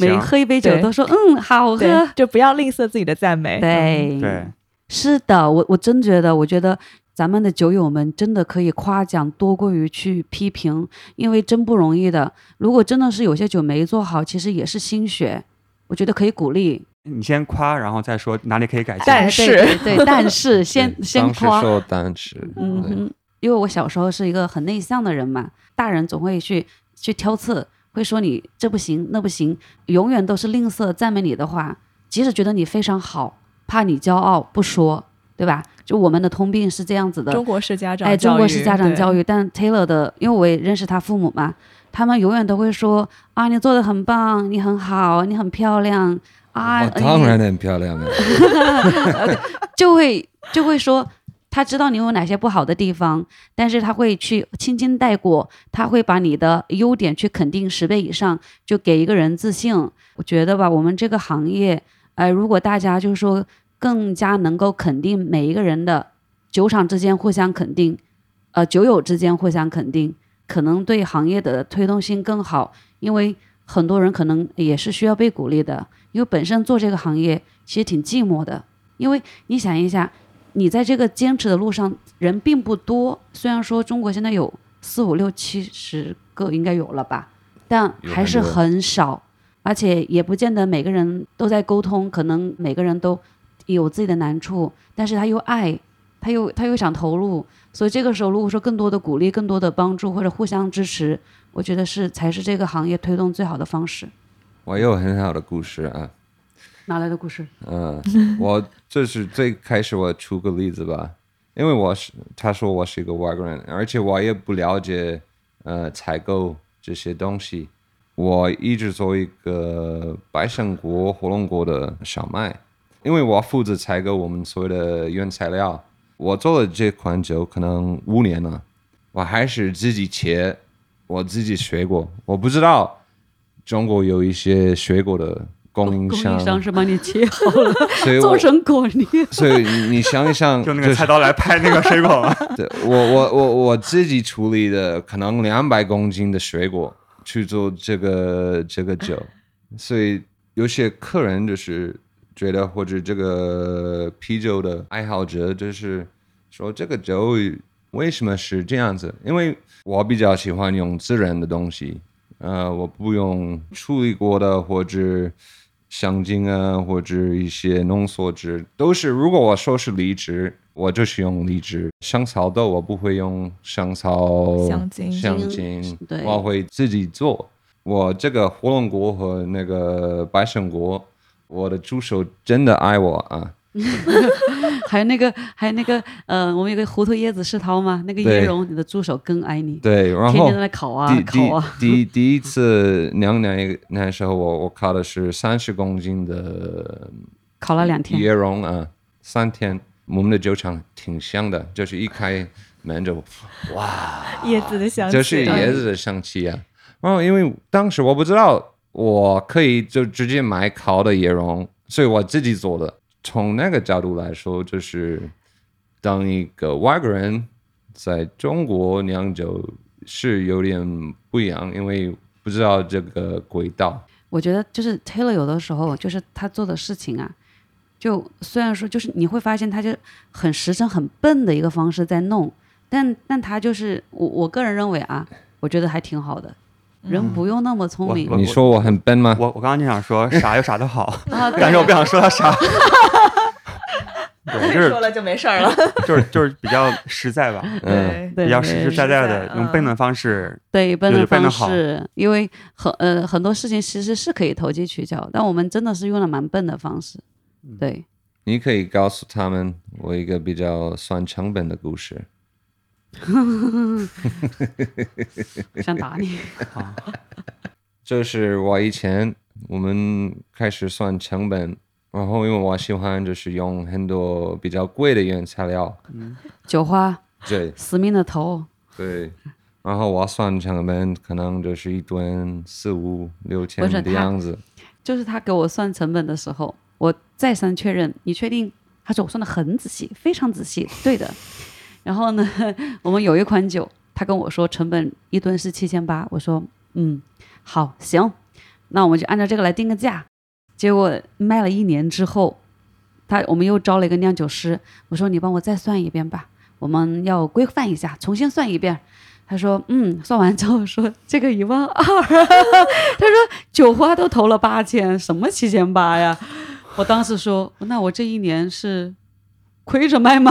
Speaker 4: 每
Speaker 2: 行，
Speaker 4: 喝一杯酒
Speaker 3: 对
Speaker 4: 都说嗯好
Speaker 3: 对
Speaker 4: 喝，，
Speaker 3: 就不要吝啬自己的赞美。哎嗯，
Speaker 4: 对
Speaker 2: 对，
Speaker 4: 是的，我我真觉得，我觉得咱们的酒友们真的可以夸奖多过于去批评，因为真不容易的。如果真的是有些酒没做好，其实也是心血，我觉得可以鼓励。
Speaker 2: 你先夸，然后再说哪里可以改进。
Speaker 3: 但是
Speaker 4: 哎对对对但是先
Speaker 5: 对
Speaker 4: 先
Speaker 5: 当时
Speaker 4: 夸，
Speaker 5: 说当时，
Speaker 4: 嗯
Speaker 5: 对
Speaker 4: 哼，因为我小时候是一个很内向的人嘛，大人总会去去挑刺，会说你这不行那不行，永远都是吝啬赞美你的话，即使觉得你非常好，怕你骄傲不说，对吧？就我们的通病是这样子的，
Speaker 3: 中国式家长
Speaker 4: 哎，中国式家长教
Speaker 3: 育
Speaker 4: 育，但 Taylor 的，因为我也认识他父母嘛，他们永远都会说啊，你做的很棒，你很好，你很漂亮啊，
Speaker 5: 我哦当然
Speaker 4: 你
Speaker 5: 很漂亮啊，
Speaker 4: 就会就会说。他知道你有哪些不好的地方，但是他会去轻轻带过，他会把你的优点去肯定十倍以上，就给一个人自信。我觉得吧，我们这个行业，呃，如果大家就是说更加能够肯定每一个人的酒厂之间互相肯定，呃，酒友之间互相肯定，可能对行业的推动性更好，因为很多人可能也是需要被鼓励的，因为本身做这个行业其实挺寂寞的，因为你想一下，你在这个坚持的路上人并不多，虽然说中国现在有四五六七十个应该有了吧，但
Speaker 5: 有
Speaker 4: 还是
Speaker 5: 很多
Speaker 4: 很少，而且也不见得每个人都在沟通，可能每个人都有自己的难处，但是他又爱，他又他又想投入，所以这个时候如果说更多的鼓励、更多的帮助或者互相支持，我觉得是才是这个行业推动最好的方式。
Speaker 5: 我有很好的故事啊。
Speaker 4: 哪来的故事？
Speaker 5: 嗯， 我这是最开始我出个例子吧，因为我是他说我是一个外国人，而且我也不了解呃采购这些东西，我一直做一个白胜国火龙果的小麦，因为我负责采购我们所有的原材料，我做了这款酒可能五年了，我还是自己切，我自己学过，我不知道中国有一些水果的供应
Speaker 4: 供
Speaker 5: 商
Speaker 4: 应。商是帮你切好了，
Speaker 5: 所以我
Speaker 4: 做成果泥。
Speaker 5: 所以你你想一 想，
Speaker 2: 就那个菜刀来拍那个水果嘛。
Speaker 5: 对我我我我自己处理的可能两百公斤的水果去做这个这个酒，所以有些客人就是觉得或者这个啤酒的爱好者就是说这个酒为什么是这样子？因为我比较喜欢用自然的东西，呃，我不用处理过的或者香精啊，或者一些浓缩汁，都是如果我说是梨汁，我就是用梨汁。香草豆我不会用香草
Speaker 3: 香精
Speaker 5: 香精
Speaker 4: 对
Speaker 5: 我会自己做。我这个火龙果和那个白胜果，我的助手真的爱我啊！
Speaker 4: 还有那个，还有那个，呃，我们有个胡头椰子世涛嘛，那个椰
Speaker 5: 对
Speaker 4: 蓉，你的助手更爱你，
Speaker 5: 对，然后
Speaker 4: 天天在那烤啊
Speaker 5: 第
Speaker 4: 烤啊。
Speaker 5: 第第第一次娘娘那时候我我烤的是三十公斤的
Speaker 4: 烤了两天，
Speaker 5: 椰蓉啊，三天。我们的酒厂挺香的，就是一开门就
Speaker 3: 叶子的想
Speaker 5: 啊就是椰子的香气啊。然后因为当时我不知道我可以就直接买烤的椰蓉，所以我自己做的。从那个角度来说，就是当一个外国人在中国酿酒是有点不一样，因为不知道这个轨道。
Speaker 4: 我觉得就是 Taylor 有的时候就是他做的事情啊，就虽然说就是你会发现他就很实诚、很笨的一个方式在弄，但但他就是我我个人认为啊，我觉得还挺好的，
Speaker 5: 嗯
Speaker 4: 人不用那么聪明
Speaker 2: 我
Speaker 5: 你说我很笨吗？
Speaker 2: 我我刚刚就想说傻有傻的好，
Speaker 4: 啊，对
Speaker 2: 但是我不想说他傻。对，就是
Speaker 3: 哎说了就没事儿了。
Speaker 2: 就是就是比较实在吧，
Speaker 5: 嗯，
Speaker 4: 对
Speaker 2: 比较实实在在的
Speaker 3: 对
Speaker 2: 用笨的方式。
Speaker 4: 对，笨
Speaker 2: 就是
Speaker 4: 的
Speaker 2: 笨
Speaker 4: 方
Speaker 2: 得好
Speaker 4: 式，因为很呃很多事情其实是可以投机取巧，但我们真的是用了蛮笨的方式，对，
Speaker 5: 你可以告诉他们我一个比较算成本的故事。
Speaker 4: 想打你，
Speaker 5: 这是我以前我们开始算成本，然后因为我喜欢就是用很多比较贵的原材 料，
Speaker 4: 酒花
Speaker 5: 对
Speaker 4: 死命的投，
Speaker 5: 对，然后我算成本可能就是一吨四五六千
Speaker 4: 不是
Speaker 5: 的
Speaker 4: 他
Speaker 5: 样子，
Speaker 4: 就是他给我算成本的时候，我再三确认，你确定？他说我算的很仔细，非常仔细，对的。 然后呢， 我们有一款酒，他跟我说成本一吨是七千八，我说嗯，好行，那我们就按照这个来定个价。结果卖了一年之后，他我们又招了一个酿酒师，我说你帮我再算一遍吧，我们要规范一下，重新算一遍。他说：“嗯，算完之后说这个一万二，他说酒花都投了八千，什么七千八呀？”我当时说：“那我这一年是亏着卖吗？”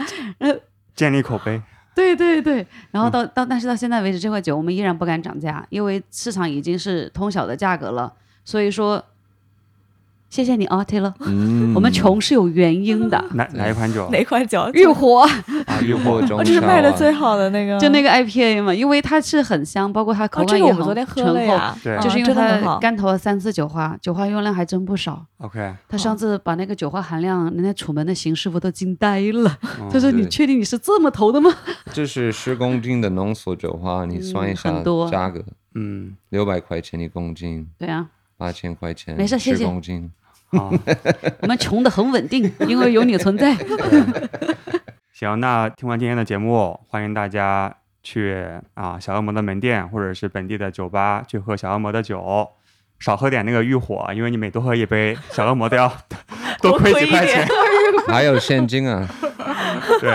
Speaker 2: 建立口碑。
Speaker 4: 对对对，然后到到但是到现在为止，这块酒我们依然不敢涨价，因为市场已经是通晓的价格了。所以说，谢谢你啊，Taylor，、
Speaker 5: 嗯，
Speaker 4: 我们穷是有原 因的。
Speaker 2: 哪哪一款酒？
Speaker 3: 哪款酒？
Speaker 4: 欲火
Speaker 3: 嗯
Speaker 5: 啊，诱惑中
Speaker 3: 哦，这是卖的
Speaker 5: 烧啊
Speaker 3: 最好的那个，
Speaker 4: 就那个 IPA 嘛，因为它是很香，包括它口
Speaker 3: 哦，这
Speaker 4: 感
Speaker 3: 个
Speaker 4: 也
Speaker 3: 我
Speaker 4: 很
Speaker 3: 们昨天喝
Speaker 4: 醇
Speaker 3: 了
Speaker 4: 厚
Speaker 3: 呀，哦
Speaker 2: 对
Speaker 4: 就是因为
Speaker 3: 啊真的很
Speaker 4: 它
Speaker 3: 好
Speaker 4: 干投了三次酒花，酒花用量还真不少。
Speaker 2: OK，
Speaker 4: 他上次把那个酒花含量，人家楚门的邢师傅都惊呆了。
Speaker 2: 嗯
Speaker 4: 他说：“你
Speaker 5: 哦对
Speaker 4: 确定你是这么投的吗
Speaker 5: 这是十公斤的浓缩酒花，你算一
Speaker 4: 嗯
Speaker 5: 下
Speaker 4: 很多
Speaker 5: 价格，
Speaker 2: 嗯，
Speaker 5: 六百块钱一公斤，？”
Speaker 4: 对啊，
Speaker 5: 八千块钱，
Speaker 4: 没事谢谢
Speaker 5: 10公斤，
Speaker 2: 好，
Speaker 4: 我们穷的很稳定，因为有你存在。
Speaker 2: 行，那听完今天的节目，欢迎大家去啊小恶魔的门店或者是本地的酒吧去喝小恶魔的酒，少喝点那个欲火，因为你每多喝一杯，小恶魔 都要多亏几块 钱。
Speaker 5: 还有现金啊，
Speaker 2: 对，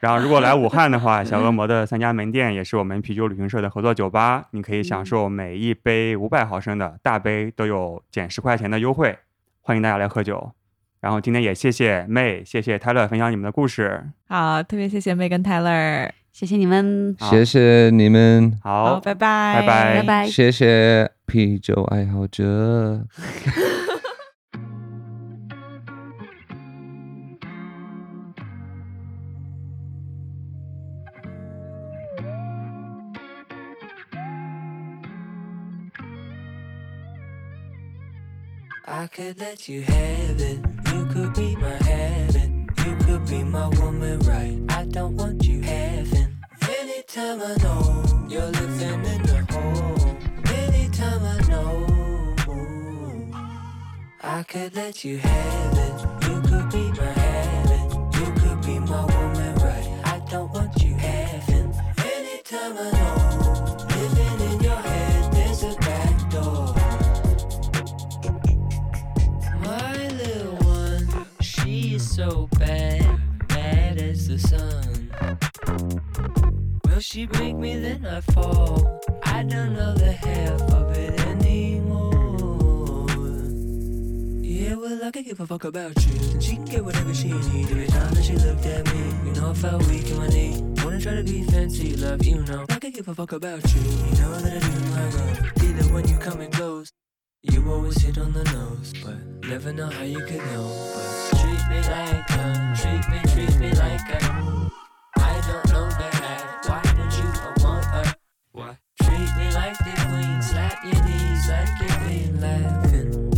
Speaker 2: 然后如果来武汉的话，小恶魔的三家门店也是我们啤酒旅行社的合作酒吧，你可以享受每一杯五百毫升的大杯都有减十块钱的优惠，欢迎大家来喝酒。然后今天也谢谢妹，谢谢泰勒分享你们的故事。
Speaker 3: 好，特别谢谢 Megan Tyler，
Speaker 4: 谢谢你们，
Speaker 2: 好
Speaker 5: 谢谢你们，
Speaker 2: 好，
Speaker 3: 拜拜，
Speaker 2: 拜拜
Speaker 4: 拜拜。
Speaker 5: 谢谢啤酒爱好者。
Speaker 1: I could let you have it. You could be my heaven. You could be my woman, right? I don't want you having. Anytime I know you're living in the hole. Anytime I know. I could let you have it. You could be my heaven. You could be my woman, right? I don't want you having. Anytime I know. Living in your head, there's a back door. My little one, she's so bad, bad as the sun. Will she break me then I fall? I don't know the half of it anymore. Yeah, well, I could give a fuck about you. And she can get whatever she needs. Every time that she looked at me, you know I felt weak in my knee. Wanna try to be fancy, love, you know. I could give a fuck about you. You know that I do my love. Either when you come and goes. You always hit on the nose, but never know how you could know. But treat me like a, treat me, treat me like a. I don't know the half. Why would you want her? Why? Treat me like the queen, slap your knees like you're queen, laughing.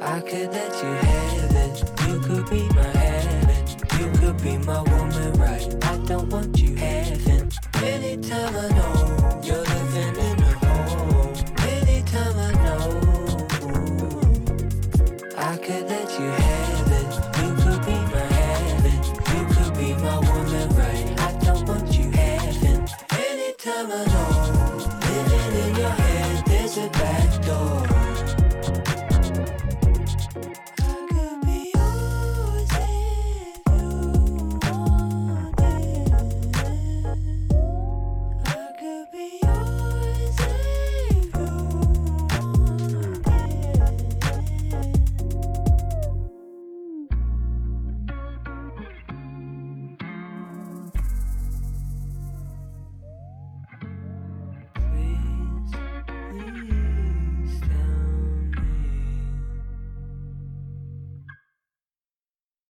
Speaker 1: I could let you have it. You could be my heaven. You could be my woman, right? I don't want you having. Anytime I know.